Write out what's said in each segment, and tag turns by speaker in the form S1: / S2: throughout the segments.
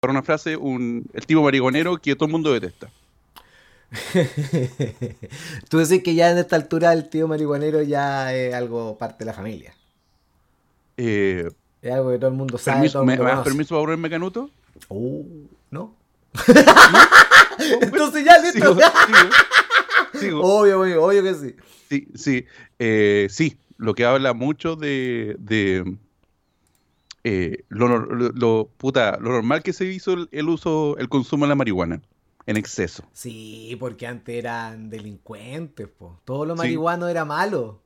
S1: para una frase, un, el tipo marigonero que todo el mundo detesta.
S2: Tú decís que ya en esta altura el tío marihuanero ya es algo parte de la familia.
S1: Eh,
S2: Es algo que todo el mundo sabe.
S1: permiso,
S2: todo el
S1: ¿Me,
S2: mundo
S1: me das
S2: conoce.
S1: permiso para ponerme canuto?
S2: Oh, no. Entonces ya
S1: Sigo,
S2: listo.
S1: sigo, sigo.
S2: Obvio, obvio, obvio que sí.
S1: Sí, sí, eh, sí, lo que habla mucho de, de, eh, lo, nor- lo- lo- puta, lo normal que se hizo el, el uso, el consumo de la marihuana en exceso.
S2: Sí, porque antes eran delincuentes, po. Todo lo
S1: Sí.
S2: marihuano era malo.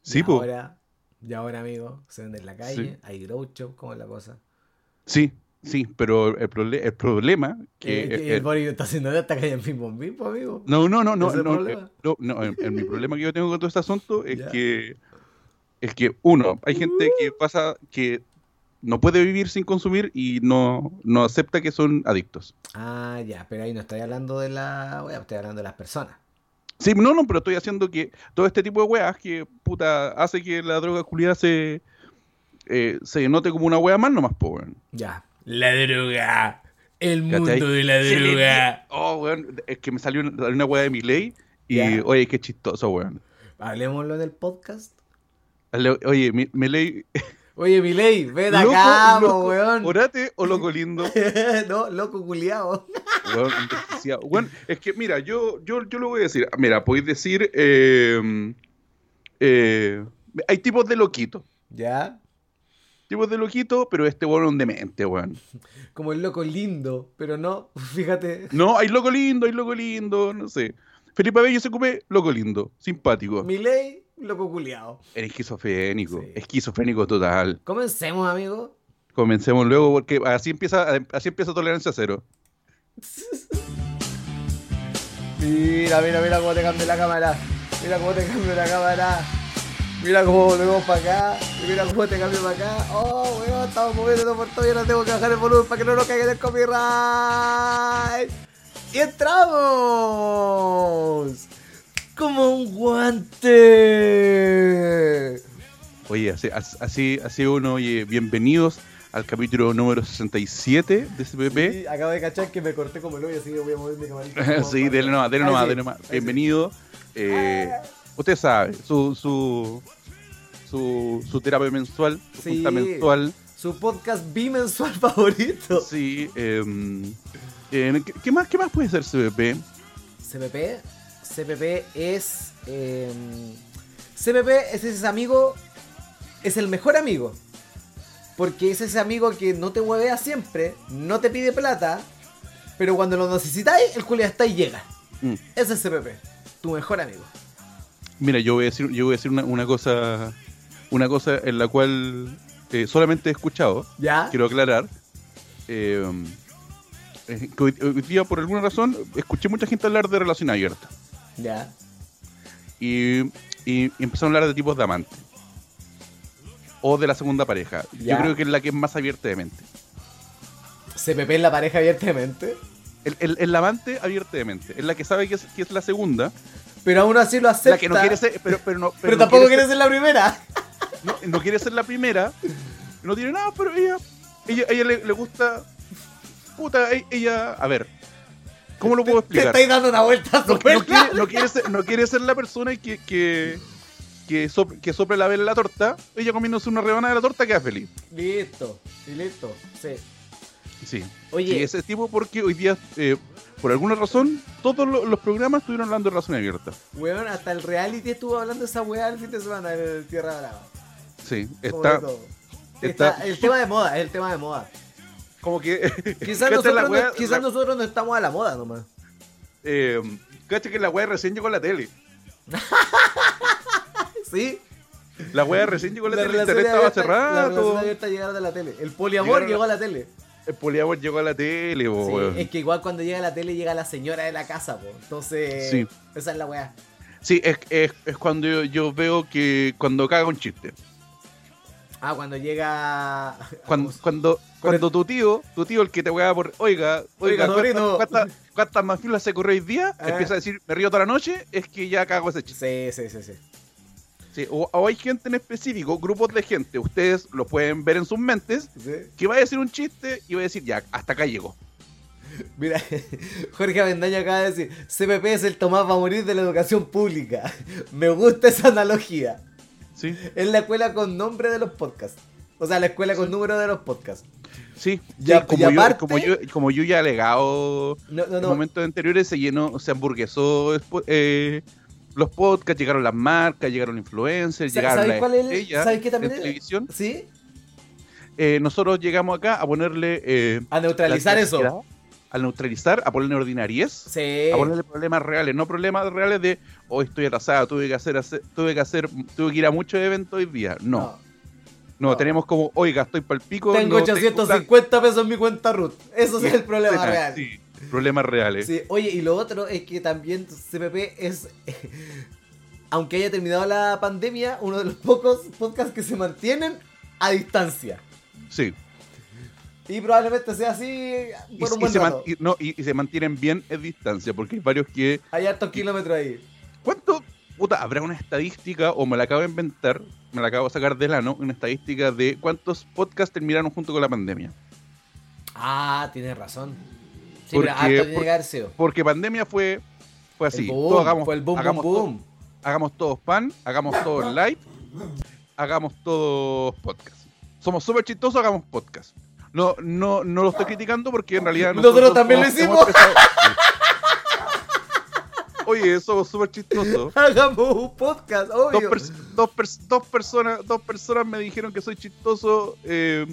S1: Sí,
S2: y
S1: po.
S2: ahora, y ahora, amigo, se vende en la calle,
S1: Sí.
S2: hay grow shop, como es la cosa.
S1: sí, sí, pero el, prole- el problema que...
S2: Eh,
S1: eh,
S2: que el Boris está haciendo hasta que hay en mismo mismo, amigo.
S1: no, no, no, no,
S2: ¿Ese es el
S1: no,
S2: problema?
S1: eh, no, no, eh, eh, mi problema que yo tengo con todo este asunto es
S2: Ya. Uh.
S1: que, es que, uno, hay gente que pasa que no puede vivir sin consumir y no, no acepta que son adictos.
S2: Ah, ya, pero ahí no estoy hablando de la. wea, estoy hablando de las personas.
S1: Sí, no, no, pero estoy haciendo que todo este tipo de weas que puta hace que la droga culiada se, eh, se note como una wea más nomás, po, weón.
S2: Ya. La droga. El
S1: ¿Cachai?
S2: mundo de la
S1: Se le
S2: droga.
S1: di- Oh, weón, es que me salió una, salió una wea de mi ley y
S2: Ya.
S1: oye, qué chistoso, weón.
S2: Hablemoslo en el podcast.
S1: Ale- Oye, mi, mi ley.
S2: Oye, Miley, ven acá, po,
S1: loco,
S2: weón.
S1: Orate o loco lindo.
S2: no, loco culiao.
S1: Weón, un desgraciado. Weón, es que mira, yo, yo, yo lo voy a decir. Mira, podéis decir. eh, eh, hay tipos de loquito.
S2: Ya.
S1: Tipos de loquito, pero este weón es un demente, weón.
S2: Como el loco lindo, pero no, fíjate.
S1: No, hay loco lindo, hay loco lindo, no sé. Felipe Bello se cupé, loco lindo, simpático.
S2: Miley, loco culiao.
S1: Era esquizofrénico,
S2: Sí.
S1: esquizofrénico total.
S2: Comencemos, amigo.
S1: Comencemos luego porque así empieza, así empieza tolerancia cero.
S2: Mira, mira, mira cómo te cambia la cámara. Mira cómo te cambia la cámara. Mira cómo volvemos para acá. Y mira cómo te cambia para acá. Oh, weón, estamos moviéndonos por todo y ahora tengo que bajar el volumen para que no nos caiga el copyright. Y entramos. Como un guante.
S1: Oye, así, así, así uno, oye, bienvenidos al capítulo número 67 de este CPP.
S2: Y acabo de cachar que me corté como el hoyo, así que voy a mover mi camarita.
S1: Sí,
S2: como
S1: denle
S2: para-
S1: nomás, denle
S2: Ahí
S1: nomás,
S2: sí, Ah.
S1: denle nomás.
S2: ahí sí.
S1: Bienvenido. Eh, usted sabe, su, su, su, su terapia mensual, su
S2: Sí.
S1: junta mensual.
S2: Su podcast bimensual favorito.
S1: Sí, em, em, ¿qué- ¿qué, más, ¿qué más puede ser CPP?
S2: CPP, CPP es. eh, CPP es ese amigo. Es el mejor amigo. Porque es ese amigo que no te huevea siempre, no te pide plata, pero cuando lo necesitáis, el culiado está y llega.
S1: Mm.
S2: Ese es CPP, tu mejor amigo.
S1: Mira, yo voy a decir, yo voy a decir una, una cosa, una cosa en la cual eh, solamente he escuchado,
S2: ¿Ya?
S1: quiero aclarar. em, eh, que hoy, hoy día, por alguna razón, escuché mucha gente hablar de relación abierta.
S2: Ya.
S1: Y, y- y empezaron a hablar de tipos de amante. O de la segunda pareja.
S2: Ya.
S1: Yo creo que es la que es más abierta de mente.
S2: CPP en la pareja abiertamente.
S1: El, el- el amante abierta de mente. Es la que sabe que es, que es la segunda.
S2: Pero aún así lo acepta.
S1: La que no quiere ser. Pero, pero, no, pero
S2: pero
S1: no
S2: tampoco
S1: quiere
S2: quiere ser la primera.
S1: no, no quiere ser la primera, no tiene nada, pero ella, ella, ella le, le gusta. Puta, e- ella. A ver, ¿cómo lo puedo
S2: Te
S1: explicar?
S2: estáis dando una vuelta
S1: No, no
S2: súper
S1: quiere, no quiere ser, no quiere ser la persona que, que, que, sop- que sopla la vela en la torta, ella comiéndose una rebanada de la torta queda feliz.
S2: Listo, y listo. Sí.
S1: Sí.
S2: Oye.
S1: Sí, ese tipo, porque hoy día, eh, por alguna razón, todos lo- los programas estuvieron hablando de razón abierta.
S2: Weón, hasta el reality estuvo hablando de esa weá el fin de semana en el Tierra Brava.
S1: Sí,
S2: Como
S1: está
S2: de todo.
S1: está-
S2: Está- El tema de moda, es el tema de moda.
S1: como que. Cacha
S2: Quizás nosotros,
S1: la
S2: no,
S1: wea-
S2: quizás
S1: la-
S2: nosotros no estamos a la moda nomás.
S1: eh, cacha que la wea recién llegó a la tele.
S2: ¿Sí?
S1: La wea recién llegó a la, tele, el internet
S2: abierta-
S1: estaba cerrado.
S2: La relación abierta llegaron a la tele. El poliamor
S1: Llegaron a-
S2: llegó a la tele.
S1: El poliamor llegó a la tele, po,
S2: Sí,
S1: weón.
S2: es que igual cuando llega a la tele llega la señora de la casa, po. Entonces,
S1: Sí.
S2: esa es la weá.
S1: Sí, es, es, es cuando yo, yo veo que cuando caga un chiste.
S2: Ah, cuando llega.
S1: Cuando, cuando, cuando tu tío, tu tío el que te weaba por, oiga,
S2: Oiga,
S1: oiga,
S2: sobrino".
S1: ¿cuántas, cuántas, cuántas más filas se corrió hoy día?
S2: Ah.
S1: Empieza a decir, me río toda la noche, es que ya cago ese chiste.
S2: Sí, sí, sí, sí.
S1: Sí, o, o hay gente en específico, grupos de gente, ustedes lo pueden ver en sus mentes,
S2: Sí.
S1: que va a decir un chiste y va a decir, ya, hasta acá llegó.
S2: Mira, Jorge Avendaño acaba de decir, CPP es el Tomás va a morir de la educación pública. Me gusta esa analogía.
S1: Sí,
S2: Es la escuela con nombre de los podcasts. O sea, la escuela con número de los podcasts.
S1: sí.
S2: Ya,
S1: Sí,
S2: y
S1: como,
S2: aparte-
S1: yo, como, yo, como yo ya he alegado
S2: No, no,
S1: en
S2: no.
S1: momentos anteriores, se llenó, se hamburguesó espo- eh, los podcasts, llegaron las marcas, llegaron influencers,
S2: Sa-
S1: llegaron
S2: ¿sabes
S1: las
S2: cuál es el-
S1: estrellas
S2: sabes qué también
S1: de
S2: es?
S1: televisión.
S2: ¿Sí?
S1: Eh, nosotros llegamos acá a ponerle... eh,
S2: A neutralizar
S1: la
S2: eso.
S1: necesidad, Al neutralizar, a ponerle ordinariez,
S2: Sí.
S1: a ponerle problemas reales, no problemas reales de hoy estoy atrasada, tuve que hacer, hacer- tuve que hacer, tuve que ir a muchos eventos hoy día. No, no,
S2: no.
S1: tenemos como, oiga, estoy para el pico.
S2: Tengo
S1: no
S2: 850 pesos en mi cuenta Ruth. Eso sí es el
S1: plan".
S2: problema real.
S1: Sí, problemas reales.
S2: Sí, oye, y lo otro es que también CPP es, aunque haya terminado la pandemia, uno de los pocos podcasts que se mantienen a distancia.
S1: Sí.
S2: Y probablemente sea así
S1: Y,
S2: por un
S1: y
S2: buen
S1: se man-
S2: rato.
S1: y- no, y- y se mantienen bien en distancia, porque hay varios que.
S2: Hay hartos kilómetros ahí.
S1: ¿Cuánto? Puta, habrá una estadística, o me la acabo de inventar, me la acabo de sacar del ano, una estadística de cuántos podcasts terminaron junto con la pandemia.
S2: Ah, tienes razón. Sí,
S1: Porque-
S2: pero harto tiene
S1: por-
S2: que haber sido.
S1: Porque pandemia fue, fue así.
S2: el
S1: Todos
S2: boom,
S1: hagamos,
S2: fue el boom, boom,
S1: hagamos todo-
S2: boom.
S1: hagamos todos pan, hagamos todos live, hagamos todos podcast. Somos súper chistosos, hagamos podcast. No, no, no lo estoy criticando porque en realidad
S2: Nosotros también lo
S1: hemos
S2: hicimos.
S1: empezado- Oye, somos súper chistosos.
S2: Hagamos un podcast,
S1: Dos,
S2: obvio.
S1: pers- dos, pers- dos personas, dos personas me dijeron que soy chistoso. eh,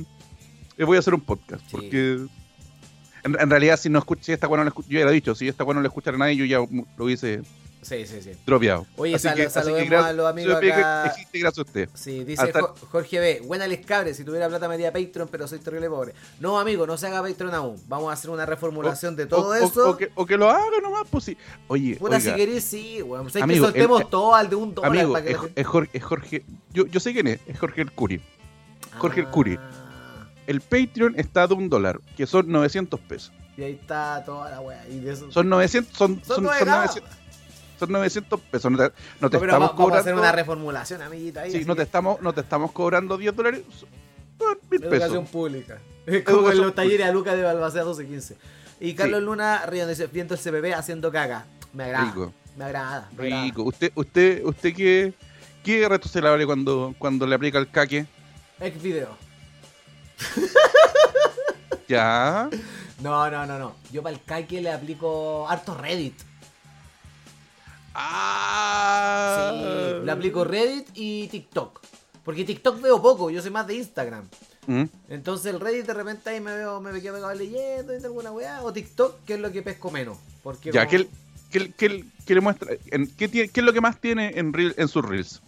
S1: eh, voy a hacer un podcast.
S2: Sí.
S1: Porque en, en realidad, si no escuché si esta bueno no la escu- yo ya lo he dicho, si esta bueno no la escuchara nadie, yo ya mu- lo hubiese
S2: Sí, sí, sí.
S1: dropeado.
S2: Oye, sal- saludemos
S1: gra-
S2: a los amigos
S1: yo creo que
S2: acá.
S1: Existe gracias a usted.
S2: Sí, dice
S1: Hasta-
S2: Jo- Jorge B. Buena les cabre, si tuviera plata me haría Patreon, pero soy terrible pobre. No, amigo, no se haga Patreon aún. Vamos a hacer una reformulación de todo
S1: o, o-
S2: eso.
S1: O, que, o que lo haga nomás, pues sí. Oye,
S2: Puta,
S1: oiga,
S2: si querés, sí, weón. O sea,
S1: Amigo,
S2: que soltemos
S1: el-
S2: todo al de un dólar
S1: amigo,
S2: para que
S1: es,
S2: la gente-
S1: es Jorge, es Jorge- yo, yo sé quién es, es Jorge el Curi. Jorge
S2: Ah,
S1: Curi. El Patreon está de un dólar, que son 900 pesos.
S2: Y ahí está toda la weá. Y de eso.
S1: Son 900, son,
S2: Son
S1: son, son
S2: nueve gamas.
S1: 900, son 900 pesos. No te, no te
S2: No, pero va-
S1: estamos
S2: vamos a hacer
S1: cobrando-
S2: una reformulación, amiguita. Ahí,
S1: sí,
S2: así
S1: no te
S2: que-
S1: estamos, no te estamos cobrando 10 dólares, son mil
S2: Educación
S1: pesos.
S2: pública. Es como en
S1: Educación
S2: los talleres a Lucas de Balbacea 1215. Y Carlos Luna Río dice, viendo el CPP haciendo caca. Me agrada.
S1: Rico.
S2: Me agrada. me agrada.
S1: Rico. Usted, usted, usted qué, qué reto se le abre cuando, cuando le aplica el caque.
S2: Ex video.
S1: Ya.
S2: No, no, no, no. Yo para el caque le aplico harto Reddit.
S1: Ah.
S2: Sí, le aplico Reddit y TikTok. Porque TikTok veo poco, yo soy más de Instagram.
S1: Mm.
S2: Entonces el Reddit de repente ahí me veo, me quedo pegado leyendo, viendo alguna weá. O TikTok, que es lo que pesco menos. Porque
S1: Ya,
S2: como-
S1: ¿qué, le- qué le- qué le- qué le muestra? En- ¿qué, tiene- qué es lo que más tiene en, reel- en sus reels?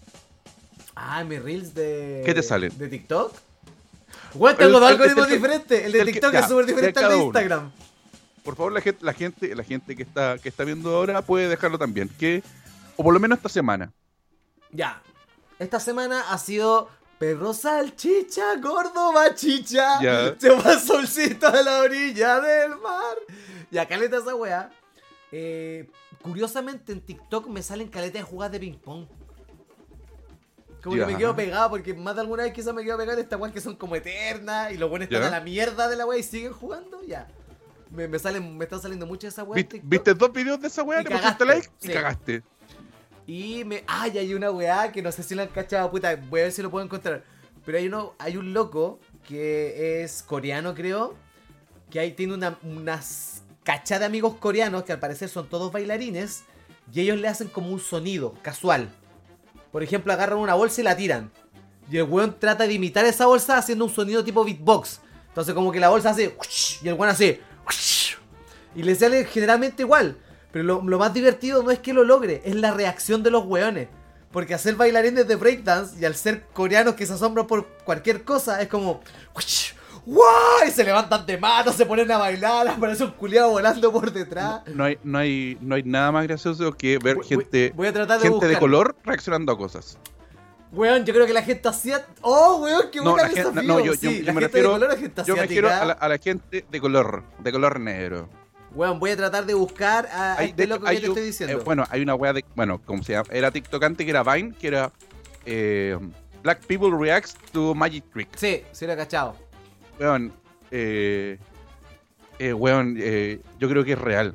S2: Ah, mis reels de.
S1: ¿Qué te salen?
S2: ¿De TikTok? Güey, tengo
S1: El-
S2: dos
S1: el-
S2: algoritmos
S1: el- el-
S2: diferentes. El de
S1: el que-
S2: TikTok
S1: ya,
S2: es súper diferente
S1: de
S2: al de
S1: cada uno.
S2: Instagram.
S1: Por favor, la gente, la gente, la gente que está, que está viendo ahora puede dejarlo también. Que, o por lo menos esta semana.
S2: Ya. Esta semana ha sido. Perro salchicha, gordo bachicha.
S1: Ya.
S2: Se va solcito a la orilla del mar. Ya, caleta esa weá. Eh, curiosamente en TikTok me salen caletas de jugadas de ping-pong. Como
S1: Ya.
S2: que me quedo pegado porque más de alguna vez quizás me quedo pegado en estas weas que son como eternas y los buenos están
S1: Ya.
S2: a la mierda de la wea y siguen jugando, ya. Me, me salen, me están saliendo muchas esas weas en
S1: Viste,
S2: TikTok.
S1: viste dos videos de esa
S2: Y
S1: weá, le pusiste
S2: cagaste,
S1: like y
S2: sí.
S1: cagaste.
S2: Y me. Ay, hay una weá que no sé si la han cachado, puta. Voy a ver si lo puedo encontrar. Pero hay uno, hay un loco que es coreano, creo. Que ahí tiene una, unas cachá de amigos coreanos que al parecer son todos bailarines. Y ellos le hacen como un sonido casual. Por ejemplo, agarran una bolsa y la tiran. Y el weón trata de imitar esa bolsa haciendo un sonido tipo beatbox. Entonces, como que la bolsa hace. Y el weón hace. Y le sale generalmente igual. Pero lo, lo más divertido no es que lo logre, es la reacción de los weones. Porque hacer bailarines de breakdance y al ser coreanos que se asombran por cualquier cosa, es como. ¡Wow! Y se levantan de manos, se ponen a bailar, aparece un culiado volando por detrás.
S1: No hay, no hay, no hay nada más gracioso que ver
S2: Voy-
S1: gente,
S2: voy a tratar de
S1: gente de
S2: buscar.
S1: color reaccionando a cosas.
S2: Weón, yo creo que la gente asiática. ¡Oh, weón! ¡Qué
S1: No,
S2: buena
S1: la gente-
S2: desafío!
S1: no, yo- yo-
S2: Sí,
S1: yo
S2: la
S1: me
S2: gente
S1: refiero-
S2: de color es gente
S1: Yo me
S2: asiática.
S1: refiero a la, a la gente de color, de color negro.
S2: Weón, voy a tratar de buscar a, a
S1: Hay-
S2: este
S1: de hecho,
S2: loco que
S1: hay
S2: te
S1: un-
S2: estoy diciendo.
S1: eh, bueno, hay una weá de. Bueno, como se llama. Era TikTok antes que era Vine, que era eh, Black People Reacts to Magic Trick.
S2: Sí, sí lo he cachado.
S1: Weón, eh, eh, weón, eh, yo creo que es real.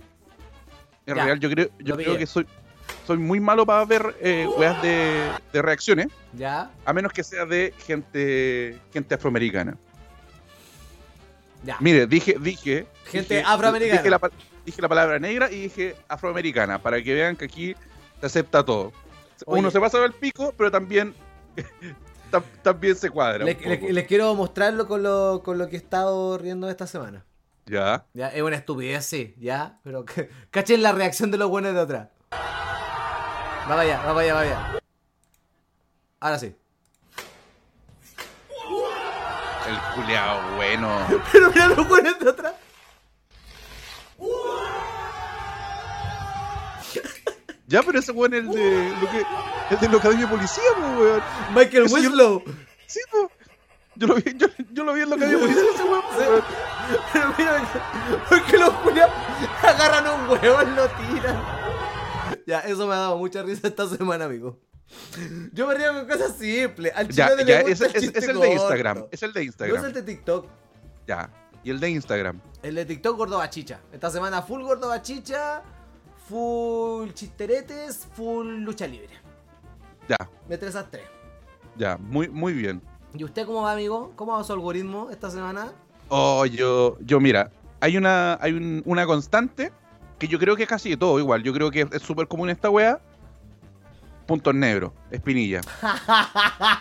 S1: Es
S2: Ya,
S1: real, yo creo, yo
S2: lo
S1: creo
S2: pillé.
S1: que soy, soy muy malo para ver eh, weas de, de reacciones,
S2: Ya,
S1: a menos que sea de gente, gente afroamericana.
S2: ya.
S1: Mire, dije, dije.
S2: Gente
S1: dije-
S2: afroamericana.
S1: Dije la, pa- dije la palabra negra y dije afroamericana, para que vean que aquí se acepta todo. Uno
S2: Oye.
S1: se pasa el pico, pero también, tam- también se cuadra. un
S2: Les, les-
S1: poco.
S2: les quiero mostrarlo con lo, con lo que he estado riendo esta semana.
S1: Ya.
S2: Ya, es una estupidez, sí, ya, pero que- cachen la reacción de los buenos de atrás. Va para allá, va para allá, va para allá. Ahora sí.
S1: El culeado bueno.
S2: Pero mira los buenos de atrás.
S1: Ya, pero ese weón es el de lo que. El de la academia de policía, po, weón.
S2: Michael
S1: Eso yo-
S2: Winslow.
S1: Sí, po. Yo lo vi, yo, yo lo vi en la academia de policía ese weón. po, weón.
S2: Pero mira, porque los culiados agarran un huevo y lo tiran. Ya, eso me ha dado mucha risa esta semana, amigo. Yo me río con cosas simples. Al
S1: Ya,
S2: chileno le
S1: ya,
S2: gusta
S1: es, es-
S2: chiste
S1: es el
S2: corto.
S1: de Instagram. Es el de
S2: No es
S1: Instagram.
S2: el de TikTok.
S1: Ya. Y el de Instagram.
S2: El de TikTok gordo bachicha. Esta semana full gordo bachicha, full chisteretes, full lucha libre.
S1: Ya,
S2: De 3 a 3.
S1: ya. Muy, muy bien.
S2: ¿Y usted cómo va, amigo? ¿Cómo va su algoritmo esta semana?
S1: Oh, yo, yo, mira, hay una, hay un- una constante que yo creo que es casi de todo igual. Yo creo que es súper común esta weá. Puntos negros, espinilla.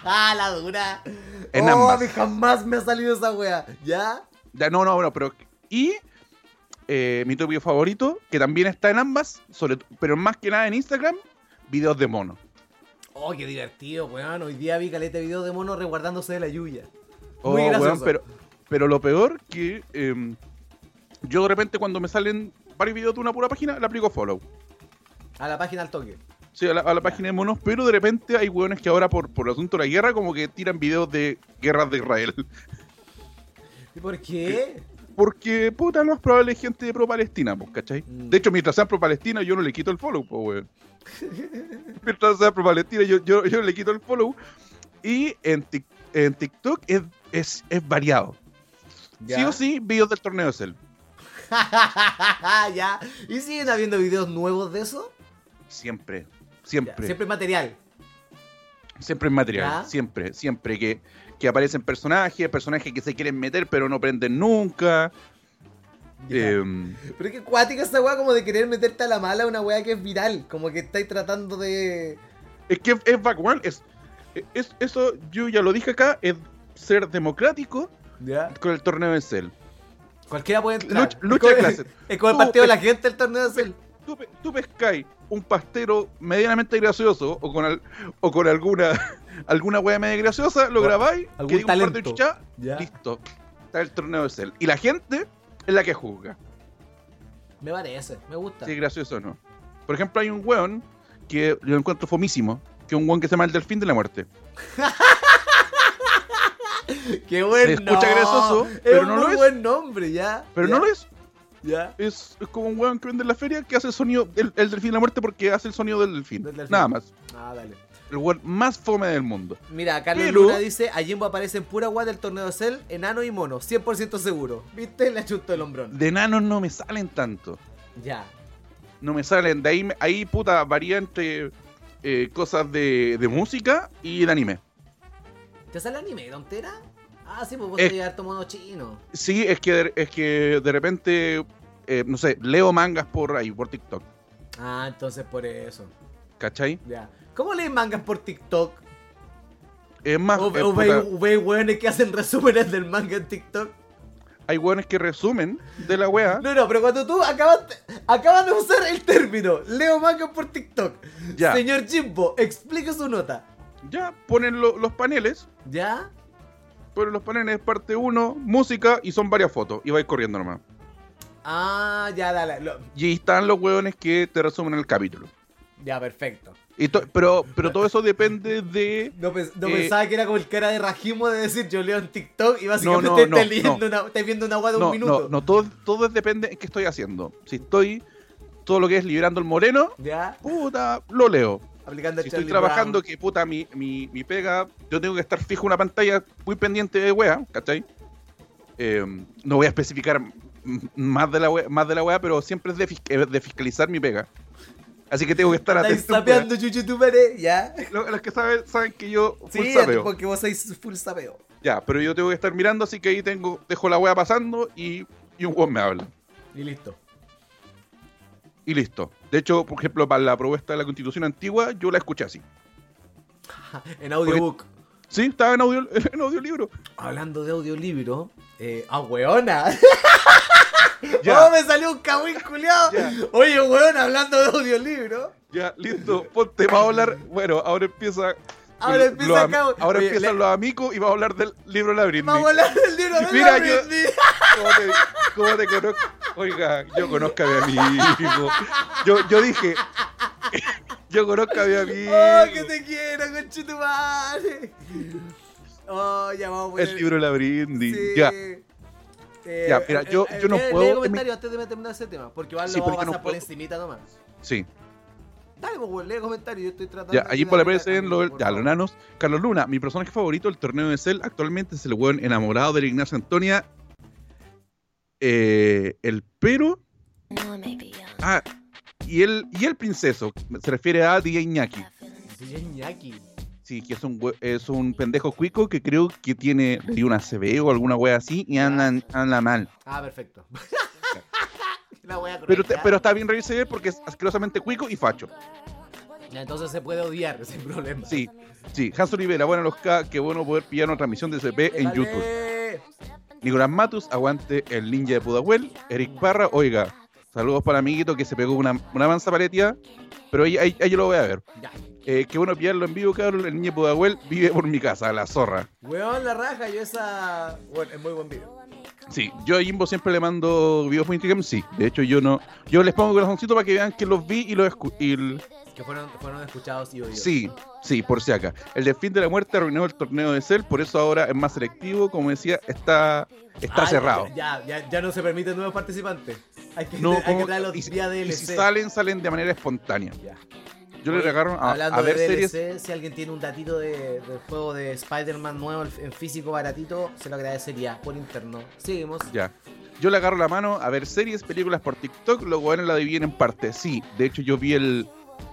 S2: la dura.
S1: En
S2: oh,
S1: ambas.
S2: a mí jamás me ha salido esa wea. ¿Ya?
S1: Ya, no, no, no, pero. Y eh, mi tópico favorito, que también está en ambas, sobre, t- pero más que nada en Instagram, videos de mono.
S2: Oh, qué divertido, weón. Hoy día vi caleta de videos de mono resguardándose de la lluvia.
S1: Oh,
S2: Muy gracioso.
S1: weón, pero, pero lo peor que em, yo de repente cuando me salen varios videos de una pura página, le aplico follow.
S2: A la página al toque.
S1: Sí, a la, a la página de monos, pero de repente hay hueones que ahora por, por el asunto de la guerra como que tiran videos de guerras de Israel.
S2: ¿Y por qué?
S1: Porque, puta, lo más probable es gente pro-palestina, pues, ¿cachai?
S2: Mm.
S1: De hecho, mientras sea pro-palestina, yo no le quito el follow, pues, weón. mientras sea pro-palestina, yo, yo, yo no le quito el follow. Y en, Tik- en TikTok es, es, es variado. Sí o sí, videos del torneo Cell.
S2: ya. ¿Y siguen habiendo videos nuevos de eso?
S1: Siempre,
S2: Ya,
S1: siempre, siempre,
S2: Siempre material.
S1: en material.
S2: Ya.
S1: Siempre, siempre que, que aparecen personajes, personajes que se quieren meter pero no prenden nunca.
S2: Ya.
S1: Em,
S2: Pero es que cuática esa weá como de querer meterte a la mala una weá que es viral. Como que estáis tratando de.
S1: Es que es backward, es, es- eso yo ya lo dije acá, es ser democrático
S2: Ya.
S1: con el torneo de Cell.
S2: Cualquiera puede entrar.
S1: Lucha- lucha
S2: es
S1: de
S2: como,
S1: clases.
S2: Es como
S1: Tú,
S2: el partido de
S1: pe-
S2: la gente del torneo de Cell.
S1: Tú, pe- tú pescáis un pastero medianamente gracioso o con, al- o con alguna alguna wea media graciosa, lo
S2: O-
S1: grabáis,
S2: algún
S1: que diga un par de
S2: talento.
S1: chuchá,
S2: Ya.
S1: listo. Está el torneo de Cell. Y la gente es la que juzga,
S2: Me parece, me gusta.
S1: si es gracioso o no. Por ejemplo, hay un weón que lo encuentro fomísimo, que es un weón que se llama el delfín de la muerte.
S2: Qué bueno.
S1: escucha gracioso,
S2: es
S1: pero
S2: un
S1: no lo
S2: muy
S1: es.
S2: buen nombre, ya.
S1: Pero no lo es.
S2: es. Ya.
S1: es, es como un weón que vende en la feria que hace el sonido, el, el delfín de la muerte porque hace el sonido del delfín.
S2: Del delfín.
S1: Nada más.
S2: Ah, dale.
S1: El weón más fome del mundo.
S2: Mira, Carlos
S1: Pero-
S2: Luna dice: A Jimbo aparece en pura guay del torneo de Cell, enano y mono, 100% seguro. ¿Viste? Le achutó el hombrón.
S1: De enanos no me salen tanto.
S2: Ya.
S1: No me salen. De ahí, me- ahí puta, varía entre eh, cosas de, de música y de anime.
S2: ¿Te sale anime, tontera? Ah, sí, pues vos
S1: Eh.
S2: sois harto mono chino.
S1: Sí, es que de, es que de repente, eh, no sé, leo mangas por ahí, por TikTok.
S2: Ah, entonces por eso.
S1: ¿Cachai?
S2: Ya. ¿Cómo lees mangas por TikTok?
S1: Es más,
S2: ¿O,
S1: eh,
S2: o
S1: puta,
S2: veis- veis weones que hacen resúmenes del manga en TikTok?
S1: hay weones que resumen de la wea.
S2: No, no, pero cuando tú acabas, acabas de usar el término Leo manga por TikTok.
S1: Ya.
S2: Señor Jimbo, explique su nota.
S1: Ya ponen lo- los paneles
S2: ¿Ya?
S1: Pero los paneles parte 1, música y son varias fotos. Y vais corriendo nomás.
S2: Ah, ya, dale. lo-
S1: Y ahí están los hueones que te resumen el capítulo.
S2: ya, perfecto.
S1: Y to- pero, pero todo eso depende de.
S2: No, pens- no
S1: Eh,
S2: pensaba que era como el cara de Rajimo de decir yo leo en TikTok y básicamente
S1: no,
S2: estás
S1: no,
S2: leyendo
S1: no.
S2: una- estás viendo una guada de un
S1: No, no,
S2: minuto.
S1: no, todo, todo depende de qué estoy haciendo. Si estoy todo lo que es liberando el moreno,
S2: ¿Ya?
S1: puta, lo leo.
S2: Aplicando
S1: Si
S2: a
S1: estoy
S2: Charlie Brown.
S1: trabajando, que puta, mi, mi, mi pega, yo tengo que estar fijo en una pantalla muy pendiente de wea, ¿cachai? Eh, no voy a especificar m- más de la wea, más de la wea pero siempre es de, fis- eh, de fiscalizar mi pega. Así que tengo que estar
S2: Estáis
S1: atento. wea.
S2: sapeando, chuchu, tu madre, ya.
S1: Lo- Los que saben, saben que yo full
S2: Sí,
S1: sapeo.
S2: porque vos sois full sapeo.
S1: Ya, pero yo tengo que estar mirando, así que ahí tengo, dejo la wea pasando y, y un weón me habla.
S2: Y listo.
S1: Y listo. De hecho, por ejemplo, para la propuesta de la constitución antigua, yo la escuché así.
S2: En audiobook.
S1: Sí, estaba en, audio, en audiolibro.
S2: Hablando de audiolibro. Eh, ¡Ah, weona!
S1: Ya.
S2: ¡Oh, me salió un cagüín culiao!
S1: Ya.
S2: Oye, weón, hablando de audiolibro.
S1: Ya, listo, ponte, va a hablar. Bueno, ahora empieza.
S2: Ahora
S1: los
S2: empieza
S1: am-
S2: acá.
S1: Ahora
S2: Oye,
S1: empiezan
S2: le-
S1: los amigos y va a hablar del libro de la Britney.
S2: Vamos a hablar del libro de
S1: Mira,
S2: la
S1: yo-
S2: Britney.
S1: ¿Cómo te, cómo te conozco? Oiga, yo conozco a mi amigo. Yo, yo dije. Yo conozco a mi amigo.
S2: ¡Oh, que te quiero, conchetumare! ¡Oh, ya vamos a poner...
S1: El libro de la Britney.
S2: Sí.
S1: Ya.
S2: Eh,
S1: Ya, mira,
S2: eh,
S1: yo-
S2: eh,
S1: yo no
S2: lee- lee
S1: puedo-
S2: el comentario antes de meterme en ese tema, porque igual
S1: Sí,
S2: lo
S1: porque
S2: vamos a
S1: no
S2: pasar por
S1: puedo.
S2: encimita nomás.
S1: Sí.
S2: Dale, pues, weón, lee el comentario, yo estoy tratando...
S1: Ya,
S2: aquí
S1: allí
S2: de
S1: por la
S2: hablar,
S1: PSN,
S2: amigo,
S1: lo,
S2: por
S1: ya, los
S2: favor.
S1: enanos. Carlos Luna, mi personaje favorito del torneo de Cell actualmente es el weón enamorado de Ignacio Antonia. Eh, el pero.
S3: No, it may be young.
S1: Ah, y el, y el princeso. Se refiere a DJ Iñaki.
S3: I feel it.
S2: Sí, es ñaki.
S1: Sí, que es un, hue- es un pendejo cuico que creo que tiene de una CB o alguna wea así y anda, anda mal.
S2: Ah, perfecto. la voy a ¿ah?
S1: Pero, te- pero está bien reírse de él porque es asquerosamente cuico y facho.
S2: Entonces se puede odiar sin problema.
S1: Sí, sí. Hans Olivera, bueno, los K, qué bueno poder pillar una transmisión de CP en
S2: Dale.
S1: YouTube. Nicolás Matus, aguante el ninja de Pudahuel. Eric Parra, oiga, saludos para el amiguito que se pegó una, una mansa paletía, pero ahí, ahí- ahí yo lo voy a ver.
S2: Ya.
S1: Eh, qué bueno pillarlo en vivo, cabrón. El ninja de Pudahuel vive por mi casa, la zorra.
S2: Weón, la raja, yo esa. Bueno, es muy buen video.
S1: Sí, yo a Jimbo siempre le mando videos por Instagram, sí. De hecho, yo no. Yo les pongo corazoncito para que vean que los vi y los escu y el-
S2: Que fueron, fueron escuchados y oídos.
S1: Sí, sí, por si acá. El Delfín de la Muerte arruinó el torneo de Cell, por eso ahora es más selectivo. Como decía, está, está
S2: Ay,
S1: cerrado.
S2: Ya, ya, ya no se permiten nuevos participantes. Hay que,
S1: No,
S2: hay
S1: como-
S2: que traerlos
S1: y si-
S2: vía
S1: y
S2: DLC.
S1: si salen, salen de manera espontánea.
S2: Ya.
S1: Yo le
S2: Oye,
S1: regalo a,
S2: Hablando
S1: a ver
S2: de DLC,
S1: series.
S2: si alguien tiene un datito de- del juego de Spider-Man nuevo en físico baratito, se lo agradecería por interno. Seguimos.
S1: Ya. Yo le agarro la mano a ver series, películas por TikTok, los weones la dividen en parte. Sí, de hecho yo vi el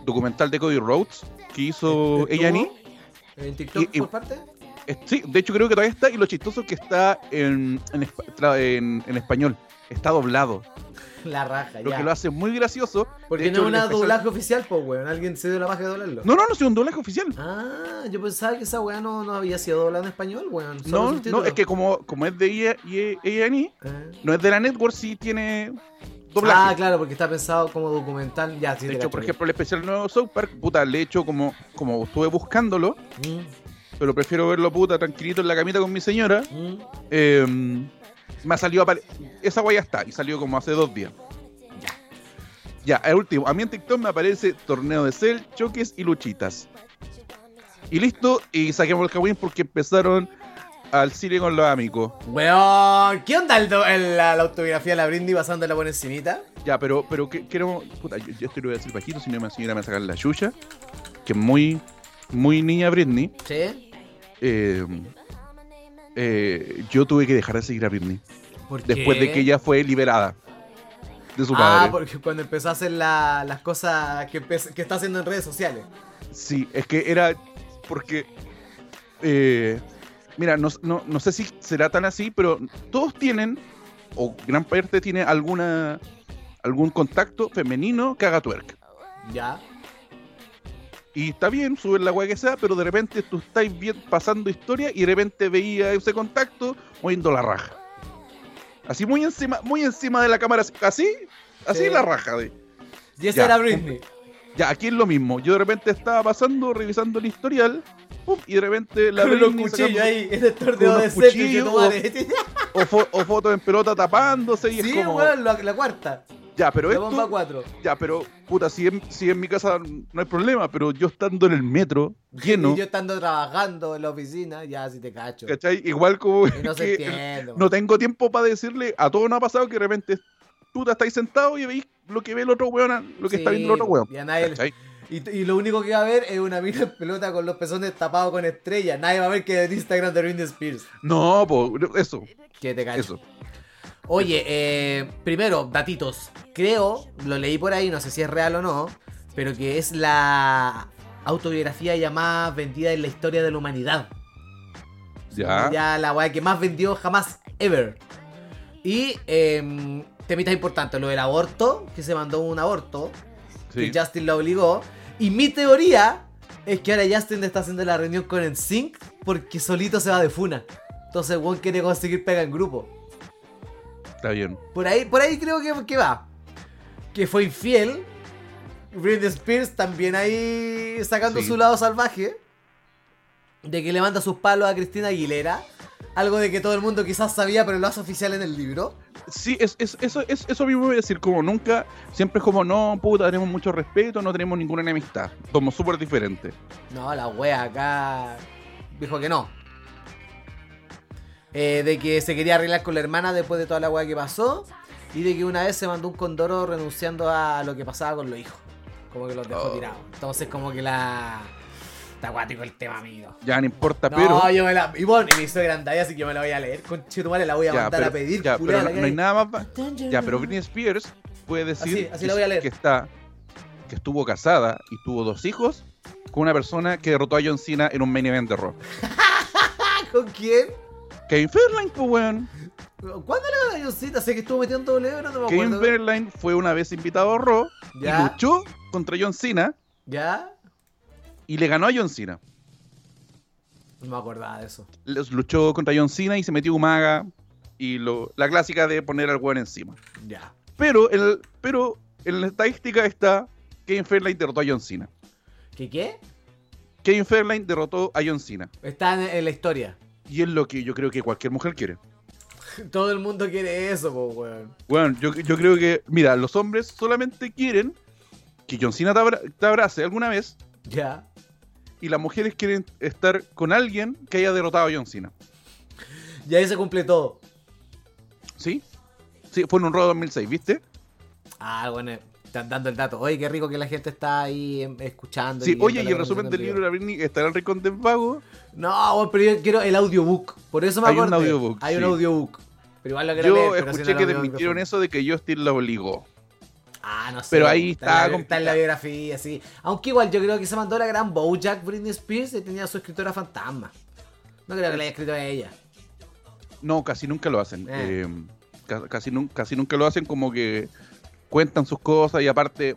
S1: documental de Cody Rhodes que hizo
S2: ¿Estuvo
S1: ella ni.
S2: ¿En TikTok
S1: Y- y-
S2: por parte?
S1: Eh, Sí, de hecho creo que todavía está y lo chistoso es que está en, en espa- tra- en- en español. Está doblado,
S2: La raja,
S1: lo
S2: Ah, ya.
S1: que lo hace muy gracioso.
S2: Porque
S1: De hecho,
S2: no
S1: el
S2: es una
S1: especial-
S2: doblaje oficial, pues, weón. Alguien se dio la magia de doblarlo.
S1: No, no, no, es un doblaje oficial.
S2: Ah, yo pensaba que esa weá no, no había sido doblada en español, weón. solo
S1: No, no,
S2: subtítulos.
S1: es que como, como es de E A&E,
S2: Ah.
S1: no es de la network, sí tiene
S2: Ah,
S1: doblaje.
S2: claro, porque está pensado como documental. Ya, sí,
S1: de
S2: te
S1: hecho,
S2: cacho,
S1: por
S2: ya.
S1: ejemplo, el especial nuevo de South Park, puta, le he hecho como, como estuve buscándolo, pero prefiero verlo puta tranquilito en la camita con mi señora.
S2: Mm, mm.
S1: eh, me ha salido apare- esa guay ya está y salió como hace dos días. Ya, el último. A mí en TikTok me aparece torneo de cel, choques y luchitas. Y listo, y saquemos el Halloween porque empezaron al cine con los amigos.
S2: Weón, ¿qué onda el do- el- la, la autobiografía de la Brindy basándola por encimita?
S1: Ya, pero, pero que- queremos. Puta, yo, yo esto lo voy a decir bajito, si no mi señora me va a sacar la chucha. Que es muy, muy niña Britney.
S2: Sí.
S1: Eh, eh, yo tuve que dejar de seguir a Britney.
S2: ¿Por
S1: Después
S2: qué?
S1: de que ella fue liberada de su
S2: Ah,
S1: padre.
S2: porque cuando empezó a hacer la- las cosas que, empe- que está haciendo en redes sociales.
S1: Sí, es que era porque. eh, mira, no, no- no sé si será tan así, pero todos tienen, o gran parte tiene alguna algún contacto femenino que haga twerk.
S2: Ya.
S1: Y está bien, suben la weá que sea, pero de repente tú estáis bien pasando historia y de repente veía ese contacto moviendo la raja. Así muy encima, muy encima de la cámara, así- así, así
S2: Sí.
S1: la raja. De.
S2: Y esa
S1: Ya.
S2: era Britney.
S1: Ya, aquí es lo mismo. Yo de repente estaba pasando, revisando el historial, ¡pum! y de repente la
S2: con los
S1: Britney
S2: cuchillos
S1: sacando-
S2: ahí, en el torneo
S1: unos
S2: de set,
S1: cuchillos,
S2: conchetumare.
S1: o, fo- o fotos en pelota tapándose y es
S2: Sí,
S1: como
S2: weón, la, la cuarta.
S1: ya pero
S2: La bomba
S1: esto
S2: 4.
S1: ya pero puta si en, si en mi casa no hay problema pero yo estando en el metro lleno
S2: Y yo estando trabajando en la oficina, ya si te cacho.
S1: ¿cachai? igual como
S2: Y no se
S1: que
S2: entiende.
S1: no
S2: te...
S1: tengo tiempo para decirle a todo no ha pasado que de repente tú te estáis sentado y veis lo que ve el otro weón lo que está viendo el otro weón
S2: Y a nadie le-
S1: ¿cachai?
S2: Y, y lo único que va a ver es una mina en pelota con los pezones tapados con estrella. Nadie va a ver que es el Instagram de Britney Spears.
S1: No, po, eso,
S2: Que te cacho.
S1: eso.
S2: Oye, eh, primero, datitos. Creo, lo leí por ahí, no sé si es real o no, pero que es la autobiografía ya más vendida en la historia de la humanidad.
S1: Ya.
S2: Ya la weá que más vendió jamás ever. Y eh, temitas importantes, lo del aborto, que se mandó un aborto,
S1: sí.
S2: que Justin la obligó. Y mi teoría es que ahora Justin está haciendo la reunión con NSYNC porque solito se va de funa. Entonces, Won quiere conseguir pega en grupo.
S1: Está bien.
S2: Por ahí, por ahí creo que, que va. Que fue infiel. Britney Spears también ahí sacando
S1: Sí.
S2: su lado salvaje. De que le manda sus palos a Cristina Aguilera. Algo de que todo el mundo quizás sabía, pero lo hace oficial en el libro.
S1: Sí, es, es- eso, es, eso mismo voy a decir, como nunca, siempre es como, no, puta, tenemos mucho respeto, no tenemos ninguna enemistad. Como súper diferente.
S2: No, la wea acá dijo que no. Eh, de que se quería arreglar con la hermana después de toda la wea que pasó. Y de que una vez se mandó un condoro renunciando a lo que pasaba con los hijos. Como que los dejó
S1: Oh.
S2: tirados. Entonces, como que la. Está acuático el tema, amigo.
S1: Ya no importa,
S2: No,
S1: pero.
S2: yo me la. Y bueno, y me hizo grandalla, así que yo me la voy a leer. Con Chetumare la voy a
S1: ya,
S2: mandar
S1: pero-
S2: a pedir.
S1: ya,
S2: culiao,
S1: pero no,
S2: la
S1: no hay
S2: calle.
S1: nada más. va- Ya, pero Britney Spears puede decir
S2: Así- así
S1: que,
S2: la voy a leer.
S1: que está. que estuvo casada y tuvo dos hijos con una persona que derrotó a John Cena en un main event de Raw.
S2: Ah, ¿Con quién?
S1: Kevin Fairline, pues weón.
S2: ¿Cuándo le ganó a Johncita? Sé que estuvo metido en doble, pero no me
S1: Kevin
S2: acuerdo.
S1: Fairline fue una vez invitado a Raw y
S2: Ya.
S1: luchó contra John Cena
S2: ¿Ya?
S1: y le ganó a John Cena.
S2: No me acordaba de eso.
S1: Les- luchó contra John Cena y se metió Umaga y lo, la clásica de poner al weón encima.
S2: Ya.
S1: Pero en, el- pero en la estadística está Kevin Fairline derrotó a John Cena.
S2: ¿Qué qué?
S1: Kevin Fairline derrotó a John Cena.
S2: Está en, en la historia.
S1: Y es lo que yo creo que cualquier mujer quiere.
S2: Todo el mundo quiere eso, po, weón.
S1: Bueno, yo, yo creo que, mira, los hombres solamente quieren que John Cena te, abra- te abrace alguna vez
S2: Ya.
S1: y las mujeres quieren estar con alguien que haya derrotado a John Cena.
S2: Y ahí se cumple todo.
S1: ¿Sí? Sí, fue en un Raw 2006, ¿viste?
S2: Ah, bueno, están dando el dato. Oye, qué rico que la gente está ahí em, escuchando.
S1: Sí,
S2: viendo
S1: oye,
S2: la
S1: y el
S2: transmisión
S1: resumen
S2: en
S1: del
S2: vivo.
S1: libro de la Britney estará el Rincón del Vago.
S2: No, weón, pero yo quiero el audiobook. Por eso me
S1: Hay un
S2: acordé.
S1: audiobook,
S2: Hay un
S1: sí.
S2: audiobook. Pero igual lo quiero
S1: Yo
S2: leer, pero si
S1: escuché
S2: no
S1: que
S2: lo veo en
S1: desmintieron
S2: micrófono.
S1: eso de que Justin la obligó.
S2: Ah, no sé.
S1: Pero ahí está
S2: en la, está en la
S1: complicado.
S2: biografía, sí. Aunque igual yo creo que se mandó la gran Bojack Britney Spears y tenía su escritora fantasma. No creo que la haya escrito a ella.
S1: No, casi nunca lo hacen.
S2: Eh.
S1: Eh, ca- casi, nun- casi nunca lo hacen, como que cuentan sus cosas y aparte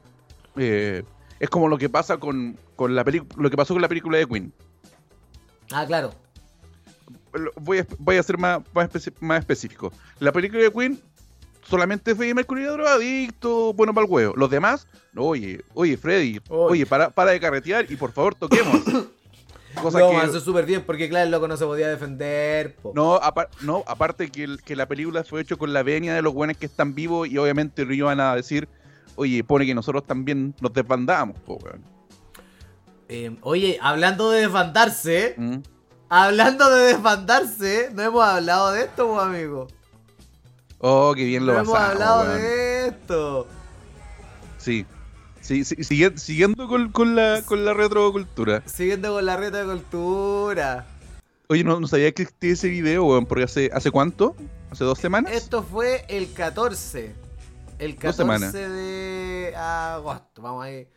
S1: eh, es como lo que pasa con, con la peli- lo que pasó con la película de Queen.
S2: Ah, claro.
S1: Lo- Voy a, voy a ser más, más, especi- más específico. La película de Queen solamente Freddie Mercury era drogadicto, bueno para el huevo. Los demás, oye, oye Freddy,
S2: Oye.
S1: oye, para, para de carretear y por favor toquemos. Cosa
S2: lo
S1: que-
S2: avanzó súper bien porque, claro, el loco no se podía defender. po.
S1: No, apar- no aparte que, el- que la película fue hecho con la venia de los buenos que están vivos y obviamente no iban a decir, oye, pone que nosotros también nos desbandamos, po, weón".
S2: Eh, oye, hablando de desbandarse,
S1: ¿Mm?
S2: hablando de desbandarse, no hemos hablado de esto, po, amigo.
S1: Oh, qué bien
S2: No
S1: lo
S2: hemos
S1: pasamos,
S2: hablado
S1: weón.
S2: de esto.
S1: Sí. Sí, sí, sigue- siguiendo con, con la, con la retrocultura.
S2: Siguiendo con la reta de cultura.
S1: Oye, no, no sabía que existía ese video, weón, porque hace, ¿hace cuánto? ¿Hace dos semanas?
S2: Esto fue el 14. El
S1: Dos semanas.
S2: 14 de agosto. Vamos ahí.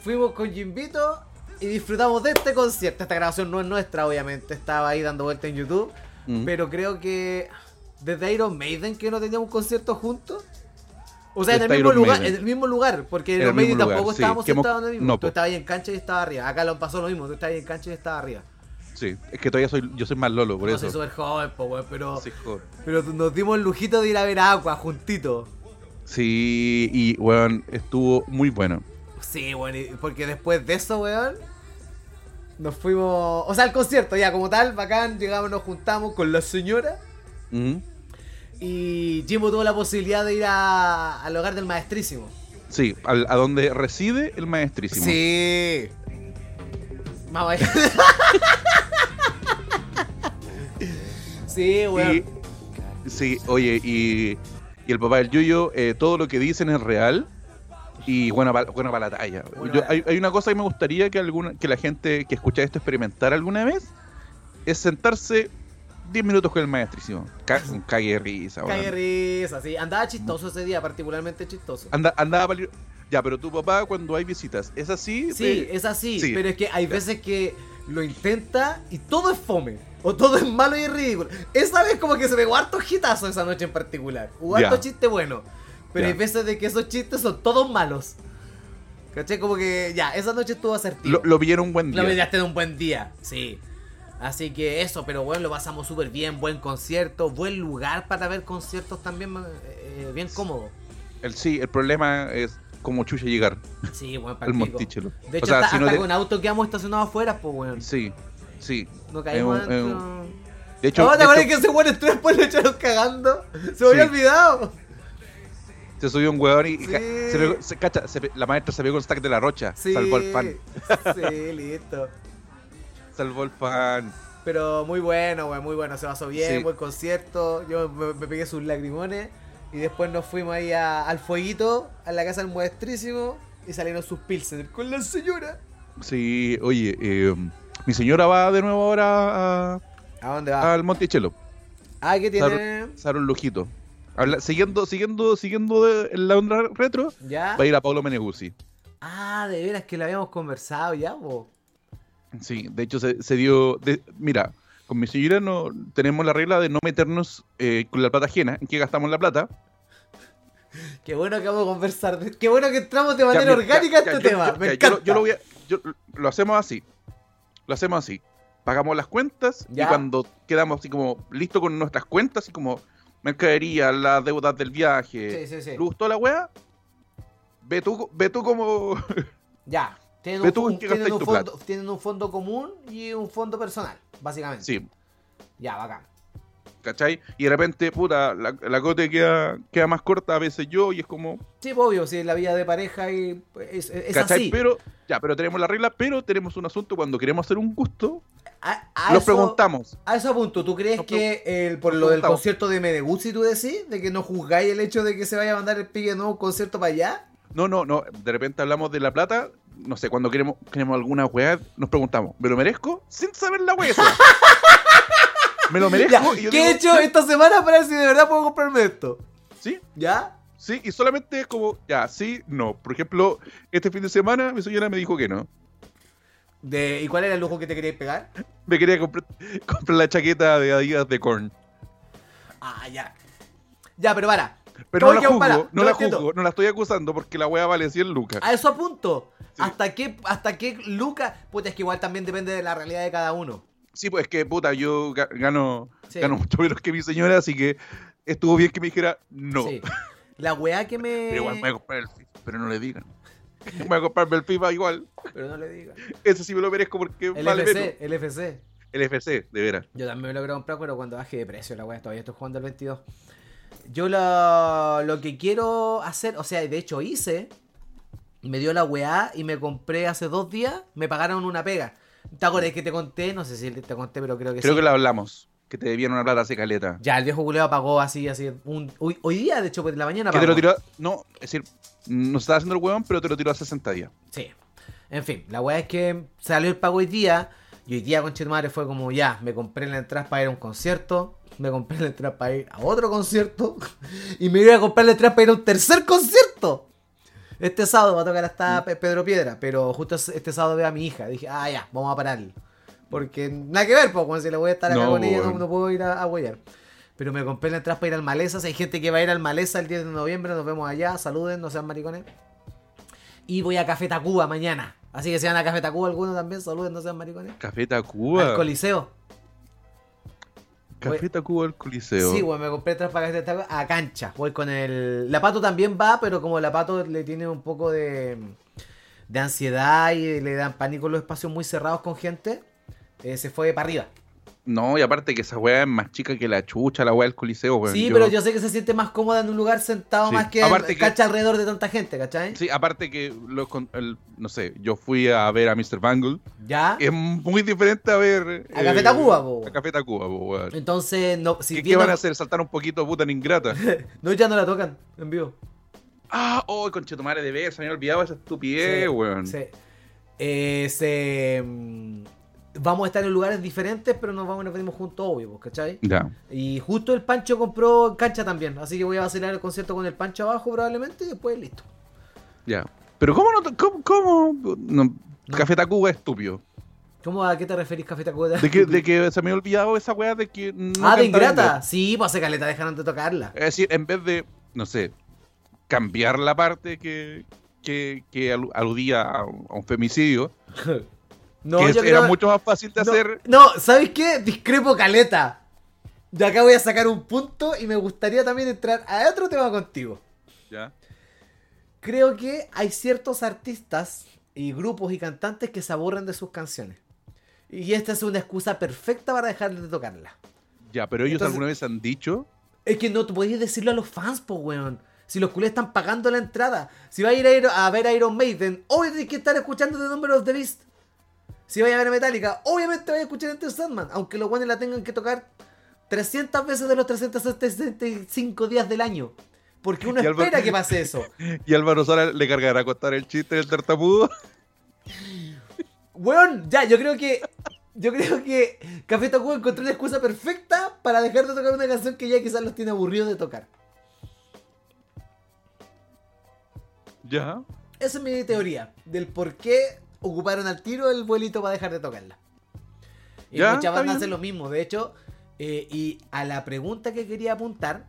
S2: Fuimos con Jimbito y disfrutamos de este concierto. Esta grabación no es nuestra, obviamente. Estaba ahí dando vuelta en YouTube.
S1: Mm.
S2: Pero creo que desde Iron Maiden que no teníamos un concierto juntos. O sea, en el,
S1: Desde
S2: mismo
S1: Iron
S2: lugar,
S1: Maiden.
S2: en el mismo lugar, porque
S1: En
S2: en Iron
S1: el
S2: Maiden
S1: mismo
S2: tampoco
S1: lugar, sí.
S2: estábamos
S1: Que hemos-
S2: sentados en el mismo.
S1: no,
S2: tú
S1: po.
S2: estabas ahí en cancha y yo estaba arriba. Acá lo pasó lo mismo, tú estabas ahí en cancha y yo estaba arriba.
S1: Sí, es que todavía soy, yo soy más lolo, por
S2: no soy
S1: eso.
S2: súper joven, po, weón, pero,
S1: Sí, joder.
S2: pero nos dimos el lujito de ir a ver Aqua juntitos.
S1: Sí, y, weón, estuvo muy bueno.
S2: Sí, bueno, y- porque después de eso, weón, nos fuimos. O sea, al concierto, ya como tal, bacán, llegamos, nos juntamos con la señora.
S1: Mm.
S2: Y Jimbo tuvo la posibilidad de ir a- al hogar del maestrísimo.
S1: Sí, al- a donde reside el maestrísimo.
S2: Sí. Vamos allá. sí, weón.
S1: Y- sí, oye, y, y el papá del Yuyo, eh, todo lo que dicen es real. Y buena, pa- buena para la talla.
S2: Buena
S1: Yo-
S2: pa' la
S1: hay, hay una cosa que me gustaría que, alguna, que la gente que escucha esto experimentara alguna vez, es sentarse 10 minutos con el maestrísimo. Ca- un cague de risa, weón.
S2: Cague risa, sí. Andaba chistoso ese día, particularmente chistoso.
S1: Anda, andaba pali- Ya, pero tu papá cuando hay visitas, ¿es así?
S2: Sí,
S1: Eh,
S2: es así,
S1: sí.
S2: pero es que hay veces que lo intenta y todo es fome. O todo es malo y ridículo. Esa vez como que se pegó harto hitazo esa noche en particular. Hubo harto
S1: Ya.
S2: chiste bueno. Pero
S1: Ya.
S2: hay veces de que esos chistes son todos malos. ¿Caché? Como que ya, esa noche estuvo asertivo.
S1: Lo, lo pillaron un buen día.
S2: Lo mediaste de un buen día, sí. Así que eso, pero bueno, lo pasamos súper bien. Buen concierto, buen lugar para ver conciertos también, eh, bien cómodo.
S1: El, sí, el problema es como chucha llegar
S2: Sí, buen
S1: al
S2: partido.
S1: Monticello.
S2: De hecho,
S1: o sea,
S2: hasta,
S1: si no
S2: hasta
S1: te-
S2: con auto quedamos estacionados afuera, pues, weón.
S1: Sí, sí.
S2: No caímos
S1: Es un- es
S2: adentro.
S1: De hecho,
S2: Ah, ¿te
S1: de
S2: acuerdas
S1: hecho,
S2: que ese weón entró y después lo echaron cagando? Se me había
S1: Sí.
S2: olvidado.
S1: se subió un hueón y, y
S2: Sí.
S1: ca- se pegó- se- cacha, se pe- la maestra se pegó el stack de la rocha.
S2: Sí.
S1: Salvó al fan.
S2: Sí, listo.
S1: Salvó al fan.
S2: Pero muy bueno, weón, muy bueno. Se pasó bien,
S1: Sí.
S2: buen concierto. Yo me, me pegué sus lagrimones. Y después nos fuimos ahí a- al fueguito, a la casa del maestrísimo. Y salieron sus pilsen con la señora.
S1: Sí, oye, eh, mi señora va de nuevo ahora a-
S2: ¿A dónde va?
S1: al Monticello.
S2: Ah, ¿qué tiene?
S1: Sar un lujito. Habla- siguiendo, siguiendo, siguiendo de- la onda retro,
S2: ¿Ya?
S1: va a ir a Pablo Meneguzzi.
S2: Ah, de veras que lo habíamos conversado ya, po.
S1: Sí, de hecho se, se dio. de- mira, con mi señora no, tenemos la regla de no meternos eh, con la plata ajena, en qué gastamos la plata.
S2: Qué bueno que vamos a conversar. de- Qué bueno que entramos de
S1: Ya,
S2: manera
S1: mira,
S2: orgánica
S1: ya, ya,
S2: a este
S1: yo-
S2: tema.
S1: yo-
S2: me
S1: ya, yo lo-
S2: encanta.
S1: Yo, lo voy a- yo- lo hacemos así. Lo hacemos así. Pagamos las cuentas
S2: Ya.
S1: y cuando quedamos así como listos con nuestras cuentas, así como mercadería, las deudas del viaje,
S2: Sí, sí, sí.
S1: luz, toda la wea, ve tú, ve tú como.
S2: Ya. Tienen
S1: Ve
S2: un,
S1: tú
S2: un-
S1: en qué
S2: tienen,
S1: gastáis
S2: un
S1: tu
S2: fondo, tienen un fondo común y un fondo personal, básicamente.
S1: sí,
S2: Ya, bacán.
S1: ¿cachai? Y de repente, puta, la, la cote queda, queda más corta a veces yo y es como.
S2: Sí, pues, obvio, si es la vida de pareja y pues, es, es
S1: ¿Cachai?
S2: así.
S1: Pero, ya, pero tenemos la regla, pero tenemos un asunto cuando queremos hacer un gusto,
S2: a, a
S1: lo
S2: eso,
S1: preguntamos.
S2: A eso apunto, ¿tú crees
S1: Nos
S2: que el, por
S1: nos
S2: lo del
S1: preguntamos.
S2: concierto de Medeguzzi tú decís? ¿De que no juzgáis el hecho de que se vaya a mandar el pique de nuevo un concierto para allá?
S1: No, no, no, de repente hablamos de la plata, no sé, cuando queremos, queremos alguna weá, nos preguntamos, ¿me lo merezco? Sin saber la weá. esa. ¿Me lo merezco?
S2: Ya,
S1: Y yo
S2: ¿Qué he
S1: digo,
S2: hecho esta semana para ver si de verdad puedo comprarme esto?
S1: Sí,
S2: ¿Ya?
S1: sí, y solamente es como, ya, sí, no. Por ejemplo, este fin de semana mi señora me dijo que no.
S2: De, ¿Y cuál era el lujo que te querías pegar?
S1: Me quería comprar, comprar la chaqueta de Adidas de Korn.
S2: Ah, ya. Ya, pero para.
S1: Pero no la
S2: Tokio,
S1: juzgo,
S2: para,
S1: no
S2: no
S1: la
S2: entiendo. Ah.
S1: juzgo, no la estoy acusando porque la weá vale 100 lucas.
S2: A eso apunto.
S1: Sí.
S2: ¿Hasta qué, hasta qué lucas? Puta, es que igual también depende de la realidad de cada uno.
S1: Sí, pues es que, puta, yo ga- gano,
S2: Sí.
S1: gano mucho menos que mi señora, así que estuvo bien que me dijera no.
S2: Sí. La weá que me.
S1: Pero igual me voy a comprar el FIFA, pero no le digan. Me voy a comprarme el FIFA igual.
S2: Pero no le digas.
S1: Ese sí me lo merezco porque
S2: El
S1: vale menos.
S2: FC, el FC.
S1: El FC, de veras.
S2: Yo también me lo quiero comprar, pero cuando baje de precio la weá, todavía estoy jugando el 22. Yo lo, lo que quiero hacer, o sea, de hecho hice, me dio la weá y me compré hace dos días, me pagaron una pega. ¿Te acuerdas que te conté? No sé si te conté, pero creo que
S1: Creo
S2: sí.
S1: que lo hablamos. Que te debían una plata hace caleta.
S2: Ya, el viejo culeo pagó así, así. un- hoy, hoy día, de hecho, por la mañana
S1: Que te
S2: pagó.
S1: lo tiró. No, es decir, no estaba haciendo el huevón, pero te lo tiró a 60 días.
S2: Sí. En fin, la weá es que salió el pago hoy día. Y hoy día, conchetumare, fue como ya, me compré la entrada para ir a un concierto. Me compré la entrada para ir a otro concierto. Y me iba a comprar la entrada para ir a un tercer concierto. Este sábado va a tocar
S1: Mm.
S2: hasta Pe- Pedro Piedra. Pero justo es- este sábado veo a mi hija. Dije, ah, ya, vamos a pararle. Porque nada que ver, pues, como si la voy a estar acá
S1: No,
S2: con ella, no,
S1: weón.
S2: no puedo ir a, a huellar. Pero me compré la entrada para ir al Maleza. Si hay gente que va a ir al Maleza el 10 de noviembre, nos vemos allá. Saluden, no sean maricones. Y voy a Café Tacuba mañana. Así que si van a Café Tacuba algunos también, saluden, no sean maricones.
S1: Café Tacuba.
S2: Al Coliseo.
S1: Café Tacuba al Coliseo.
S2: Sí, güey, me compré tres para Café Tacuba a cancha. Voy con el... La Pato también va, pero como la Pato le tiene un poco de, de ansiedad y le dan pánico los espacios muy cerrados con gente, eh, se fue para arriba.
S1: No, y aparte que esa weá es más chica que la chucha, la weá del Coliseo, weón.
S2: sí, pero yo sé que se siente más cómoda en un lugar sentado
S1: Sí.
S2: más que,
S1: Aparte que-
S2: cancha alrededor de tanta gente, ¿cachai?
S1: Sí, aparte que, los con- el- no sé, yo fui a ver a Mr. Bangle.
S2: Ya.
S1: Es muy diferente a ver. eh,
S2: A Café Tacuba, po.
S1: A Café Tacuba, po, weón.
S2: Entonces, no, si
S1: ¿Qué,
S2: bien
S1: qué van
S2: no-
S1: a hacer? ¿Saltar un poquito puta en ingrata?
S2: No, ya no la tocan en vivo.
S1: Ah, oh, conchetumare de vez, se me había olvidado esa estupidez,
S2: Sí,
S1: weón.
S2: Sí. Eh, se- mm, Vamos a estar en lugares diferentes, pero nos vamos y nos venimos juntos, obvio, pues, ¿cachai?
S1: Ya.
S2: Y justo el Pancho compró cancha también, así que voy a vacilar el concierto con el Pancho abajo probablemente y después listo.
S1: Ya. Pero ¿cómo no? te- ¿Cómo? cómo? No, Café Tacuba es estúpido.
S2: ¿Cómo a qué te referís, Café Tacuba?
S1: De que, de que se me había olvidado esa weá de que. no
S2: ah, de
S1: cantaban
S2: Ingrata. Sí, pues hace caleta, dejaron de tocarla.
S1: Es decir, en vez de, no sé, cambiar la parte que, que, que alu- aludía a un a un femicidio,
S2: no,
S1: que
S2: yo
S1: era
S2: creo-
S1: mucho más fácil de
S2: no,
S1: hacer.
S2: No, ¿sabes qué? Discrepo caleta. De acá voy a sacar un punto y me gustaría también entrar a otro tema contigo.
S1: Ya.
S2: Creo que hay ciertos artistas y grupos y cantantes que se aburren de sus canciones. Y esta es una excusa perfecta para dejarles de tocarla.
S1: Ya, pero ellos
S2: Entonces-
S1: alguna vez han dicho.
S2: Es que no te podéis decirlo a los fans, po, weón. Si los culés están pagando la entrada. Si vais a ir a, Iro- a ver a Iron Maiden, obvio tenés que estar escuchando The Number of the Beast. Si vais a ver a Metallica, obviamente vais a escuchar Enter Sandman. Aunque los guanes la tengan que tocar 300 veces de los 365 días del año. Porque uno
S1: Y Álvaro-
S2: espera que pase eso.
S1: Y Álvaro Sala le cargará a contar el chiste del tartamudo.
S2: Weón, ya, yo creo que. Yo creo que Café Tacuba encontró una excusa perfecta para dejar de tocar una canción que ya quizás los tiene aburridos de tocar.
S1: Ya.
S2: Esa es mi teoría del por qué ocuparon al tiro el vuelito para dejar de tocarla. Y
S1: Ya, está
S2: muchas bandas
S1: bien.
S2: hacen lo mismo, de hecho. eh, y a la pregunta que quería apuntar,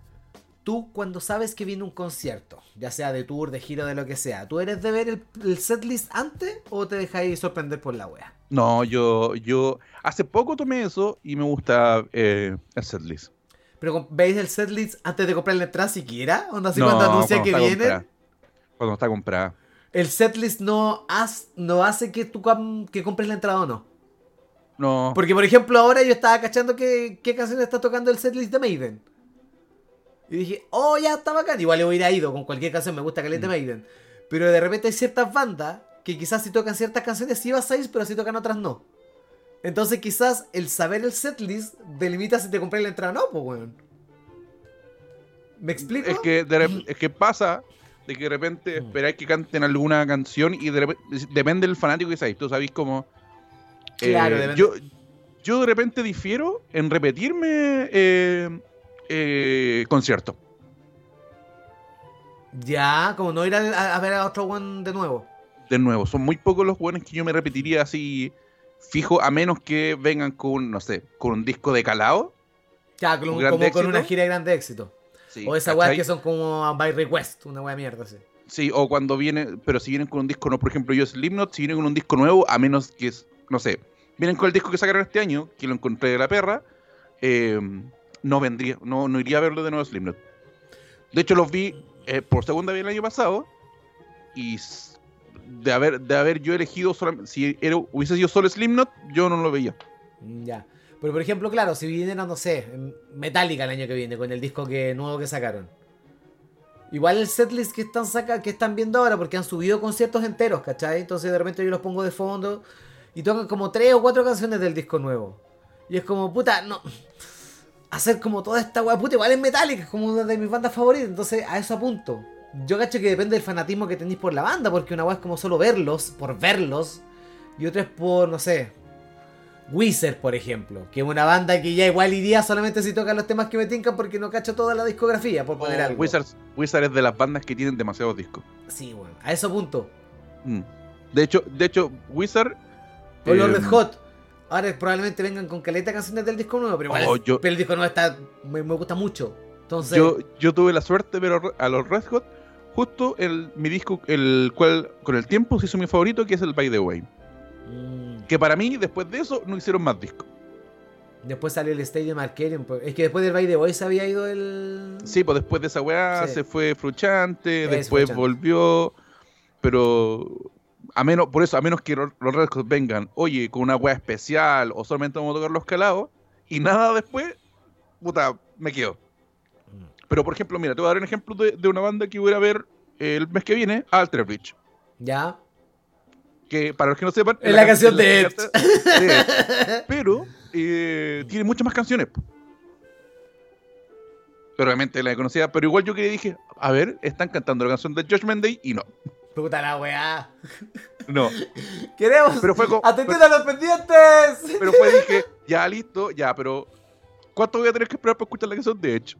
S2: tú cuando sabes que viene un concierto, ya sea de tour, de giro, de lo que sea, ¿tú eres de ver el, el setlist antes o te dejáis sorprender por la wea?
S1: No, yo, yo hace poco tomé eso y me gusta eh, el setlist.
S2: ¿Pero com- veis el setlist antes de comprar la entrada siquiera? ¿Onda así
S1: No,
S2: cuando anuncian que
S1: está
S2: vienen?
S1: comprada. Cuando está comprada.
S2: ¿El setlist no, has- no hace que tú com- que compres la entrada o no?
S1: No.
S2: Porque, por ejemplo, ahora yo estaba cachando que, qué canción está tocando el setlist de Maiden. Y dije, oh, ya está bacán. Igual le hubiera ido con cualquier canción, me gusta Caleta
S1: Mm.
S2: Maiden. Pero de repente hay ciertas bandas que quizás si tocan ciertas canciones sí vas a ir, pero si tocan otras no. Entonces quizás el saber el setlist delimita si te compré la entrada o no, pues weón. ¿Me explico?
S1: Es que, de rep- es que pasa de que de repente
S2: Mm.
S1: esperáis que canten alguna canción y de repe- depende del fanático que seáis. Tú sabéis cómo. eh,
S2: Claro, depende.
S1: yo, yo de repente difiero en repetirme eh, eh, concierto.
S2: Ya, como no ir al- a, a ver a otro one de nuevo.
S1: De nuevo, son muy pocos los buenos que yo me repetiría así fijo, a menos que vengan con, no sé, con un disco de calado.
S2: Ya, con-
S1: ¿Un
S2: como,
S1: grande
S2: con
S1: éxito?
S2: una gira de grande éxito.
S1: Sí,
S2: o esas weas
S1: ¿cachai?
S2: que son como by request, una wea mierda, sí.
S1: Sí, o cuando vienen, pero si vienen con un disco, no, por ejemplo, yo Slipknot, si vienen con un disco nuevo, a menos que, es- no sé, vienen con el disco que sacaron este año, que lo encontré de la perra, eh, no vendría, no, no iría a verlo de nuevo Slipknot. De hecho, los vi eh, por segunda vez el año pasado, y s- de haber, de haber yo elegido, solam- si era- hubiese sido solo Slipknot, yo no lo veía.
S2: Mm, Ya. Pero por ejemplo, claro, si vienen a, no sé, Metallica el año que viene con el disco que, nuevo que sacaron. Igual el setlist que están saca, que están viendo ahora, porque han subido conciertos enteros, ¿cachai? Entonces de repente yo los pongo de fondo y tocan como tres o cuatro canciones del disco nuevo. Y es como, puta, no. Hacer como toda esta wea, puta, igual es Metallica, es como una de mis bandas favoritas. Entonces a eso apunto. Yo cacho que depende del fanatismo que tenéis por la banda, porque una wea es como solo verlos, por verlos, y otra es por, no sé, Wizard, por ejemplo, que es una banda que ya igual iría solamente si tocan los temas que me tincan porque no cacho toda la discografía, por
S1: Oh,
S2: poner algo.
S1: Wizards, Wizards es de las bandas que tienen demasiados discos.
S2: Sí, bueno, a eso punto.
S1: Mm. De hecho, de hecho, Wizard...
S2: O los
S1: eh,
S2: Red Hot. Ahora probablemente vengan con caleta canciones del disco nuevo, pero, igual
S1: Oh,
S2: es-
S1: yo-
S2: pero el disco nuevo está, me, me gusta mucho. Entonces,
S1: Yo, yo tuve la suerte de ver a- a los Red Hot justo el, mi disco, el cual con el tiempo se hizo mi favorito, que es el By the Way.
S2: mm,
S1: Que para mí, después de eso, no hicieron más discos.
S2: después salió el Stadium Arcadium. pues, Es que después del By the Boys había ido el.
S1: Sí, pues después de esa weá
S2: Sí.
S1: se fue Fruchante,
S2: Es
S1: después
S2: Fruchante.
S1: volvió, pero a menos, por eso, a menos que los los Red Hot vengan, oye, con una weá especial o solamente vamos a tocar los calados y nada después, puta, me quedo.
S2: Mm,
S1: Pero por ejemplo, mira, te voy a dar un ejemplo de, de una banda que voy a ir a ver eh, el mes que viene, Alter Bridge.
S2: Ya.
S1: que para los que no sepan
S2: Es la canción
S1: can-
S2: de
S1: es
S2: Edge.
S1: canción de Edge. pero eh, tiene muchas más canciones po. pero obviamente la conocía pero igual yo que dije a ver, están cantando la canción de Judgment Day y no.
S2: Puta la weá.
S1: No.
S2: Queremos.
S1: Pero fue como-
S2: Atendiendo a los pendientes.
S1: Pero fue dije, ya listo, ya, pero ¿cuánto voy a tener que esperar para escuchar la canción de Edge?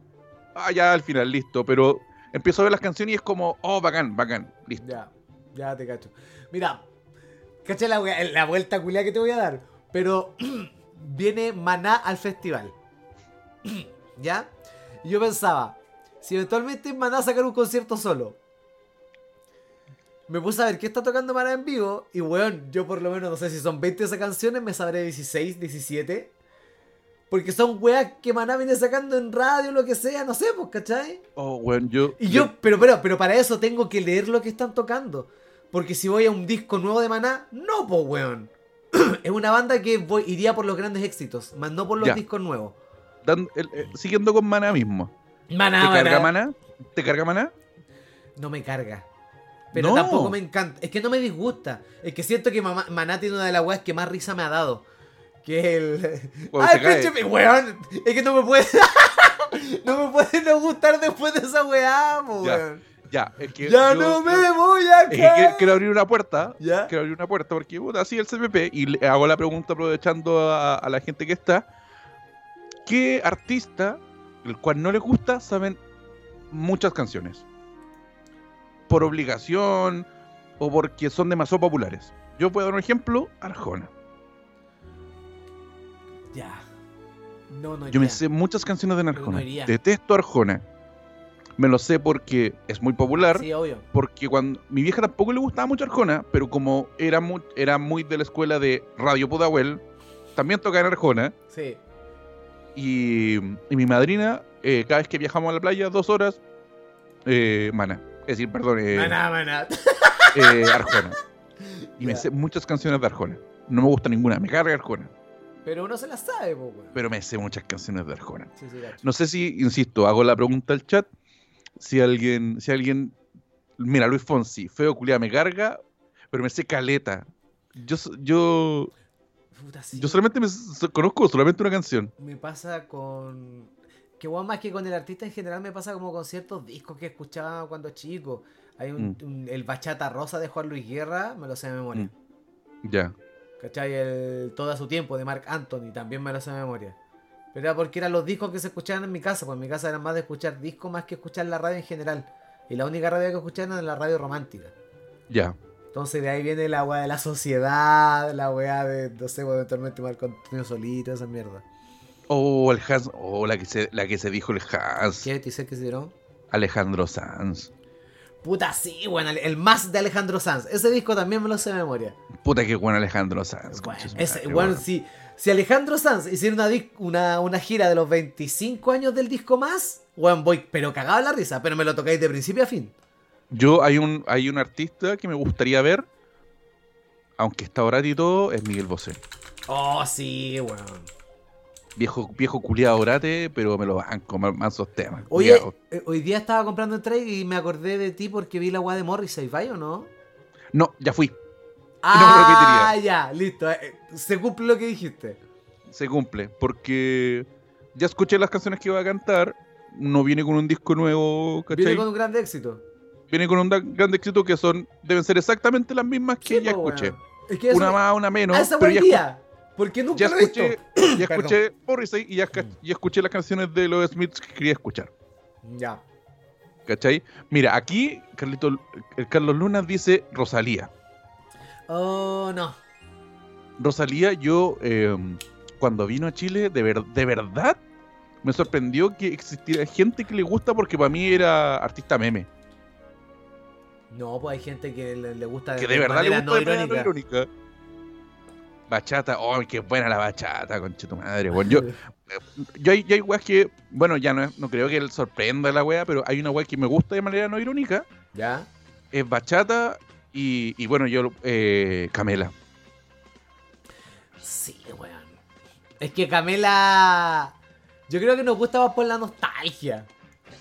S1: Ah, ya al final, listo, pero empiezo a ver las canciones y es como, oh, bacán, bacán, listo.
S2: Ya, ya te cacho. Mira, cacha la, wea- la vuelta culia que te voy a dar. Pero viene Maná al festival. ¿Ya? Y Yo pensaba, si eventualmente Maná sacar un concierto solo. Me puse a ver qué está tocando Maná en vivo. Y weón, yo por lo menos no sé si son 20 esas canciones, me sabré 16, 17. Porque son weas que Maná viene sacando en radio, lo que sea, no sé, pues, ¿cachai?
S1: Oh, bueno, yo...
S2: Y yo, pero, pero, pero para eso tengo que leer lo que están tocando. Porque si voy a un disco nuevo de Maná, no, po, weón. es una banda que voy- iría por los grandes éxitos, más no por los
S1: Ya.
S2: discos nuevos.
S1: dan- el- eh, siguiendo con Mana mismo.
S2: Maná,
S1: ¿Te
S2: Ah, Maná.
S1: carga Mana? ¿Te carga Mana?
S2: No me carga. Pero
S1: No.
S2: tampoco me encanta. Es que no me disgusta. Es que siento que mamá- Maná tiene una de las weas que más risa me ha dado. Que es el.
S1: Cuando
S2: ¡Ay,
S1: se cae.
S2: pinche- weón! Es que no me puede. no me puede no gustar después de esa weá, po,
S1: Ya.
S2: weón.
S1: Ya, es que...
S2: Ya
S1: yo-
S2: no me voy a
S1: Es que quiero,
S2: caer.
S1: quiero abrir una puerta.
S2: Ya.
S1: Quiero abrir una puerta porque, puta, así el CPP. Y le hago la pregunta aprovechando a, a la gente que está. ¿Qué artista, el cual no les gusta, saben muchas canciones? Por obligación o porque son demasiado populares. Yo puedo dar un ejemplo, Arjona.
S2: Ya. No, no.
S1: Yo me
S2: iría.
S1: sé muchas canciones de
S2: no
S1: Arjona.
S2: iría.
S1: Detesto a Arjona. Me lo sé porque es muy popular.
S2: Sí, obvio.
S1: porque cuando mi vieja tampoco le gustaba mucho Arjona, pero como era muy, era muy de la escuela de Radio Pudahuel, también tocaba en Arjona.
S2: Sí.
S1: Y, y mi madrina, eh, cada vez que viajamos a la playa, dos horas, eh, mana. Es decir, perdón, eh,
S2: Maná, maná.
S1: eh, Arjona. Y me
S2: Ya.
S1: sé muchas canciones de Arjona. No me gusta ninguna, me carga Arjona,
S2: Pero uno se la sabe, po, weón.
S1: pero me sé muchas canciones de Arjona.
S2: Sí, sí, gacho.
S1: No sé si, insisto, hago la pregunta al chat. Si alguien, si alguien. Mira, Luis Fonsi, feo culiá, me carga, pero me sé caleta. Yo, so- yo,
S2: Puta, sí.
S1: yo solamente me so- conozco solamente una canción.
S2: Me pasa con. Que weón, más que con el artista en general, me pasa como con ciertos discos que escuchaba cuando chico. Hay un, un- el Bachata Rosa de Juan Luis Guerra, me lo sé de memoria.
S1: Mm. Ya.
S2: ¿Cachai? El Todo a su tiempo de Mark Anthony, también me lo sé de memoria. Pero era porque eran los discos que se escuchaban en mi casa, pues en mi casa era más de escuchar discos más que escuchar la radio en general. Y la única radio que escuchaban era la radio romántica.
S1: Ya.
S2: Entonces de ahí viene la weá de la sociedad, la weá de, no sé, weá, eventualmente mal contenido solito, esa mierda.
S1: Oh, el Hans. Oh, la que se, la que se dijo el Hans.
S2: ¿Qué te dice que se dieron?
S1: Alejandro Sanz.
S2: Puta, sí, weón, el- el más de Alejandro Sanz. Ese disco también me lo sé de memoria.
S1: Puta que buen Alejandro Sanz.
S2: Bueno,
S1: concha su
S2: ese,
S1: madre,
S2: bueno,
S1: weón.
S2: si, si Alejandro Sanz hiciera una, dis- una, una gira de los 25 años del disco más, weón, voy, pero cagaba la risa, pero me lo tocáis de principio a fin.
S1: Yo hay un, hay un artista que me gustaría ver, aunque está barato y todo, es Miguel Bosé.
S2: Oh, sí, weón.
S1: Viejo, viejo culiado orate, pero me lo banco, ma- mansos temas.
S2: Oye,
S1: culiao.
S2: eh, hoy día estaba comprando un trade y me acordé de ti porque vi la weá de Morrissey, ¿vay o no?
S1: No, ya fui.
S2: Ah, ya, listo. eh, eh, Se cumple lo que dijiste.
S1: Se cumple. Porque ya escuché las canciones que iba a cantar. No viene con un disco nuevo, ¿cachai?
S2: Viene con un gran éxito.
S1: un da- gran éxito que son. Deben ser exactamente las mismas que
S2: Sí,
S1: ya
S2: po, weón.
S1: escuché.
S2: Es que eso,
S1: una más, una menos.
S2: a esa
S1: pero
S2: buen
S1: ya,
S2: día. Porque
S1: escu-
S2: nunca
S1: ya
S2: lo he visto.
S1: escuché, ya escuché Morrissey y ya, ca- ya escuché las canciones de los Smiths que quería escuchar.
S2: Ya.
S1: ¿Cachai? Mira, aquí Carlito, el Carlos Luna dice Rosalía.
S2: Oh, no.
S1: Rosalía, yo eh, cuando vino a Chile, de, ver- de verdad me sorprendió que existiera gente que le gusta porque para mí era artista meme.
S2: No, pues hay gente que le, le gusta
S1: Que de verdad le
S2: manera
S1: gusta de manera no irónica. Bachata, oh, qué buena la bachata, concha tu madre. Bueno, yo, eh, yo hay, yo hay weas que, bueno, ya no, es- no creo que él sorprenda a la wea, pero hay una wea que me gusta de manera no irónica.
S2: ¿Ya?
S1: Es bachata y, y bueno, yo, eh, Camela.
S2: Sí, weón. Es que Camela. Yo creo que nos gusta más por la nostalgia.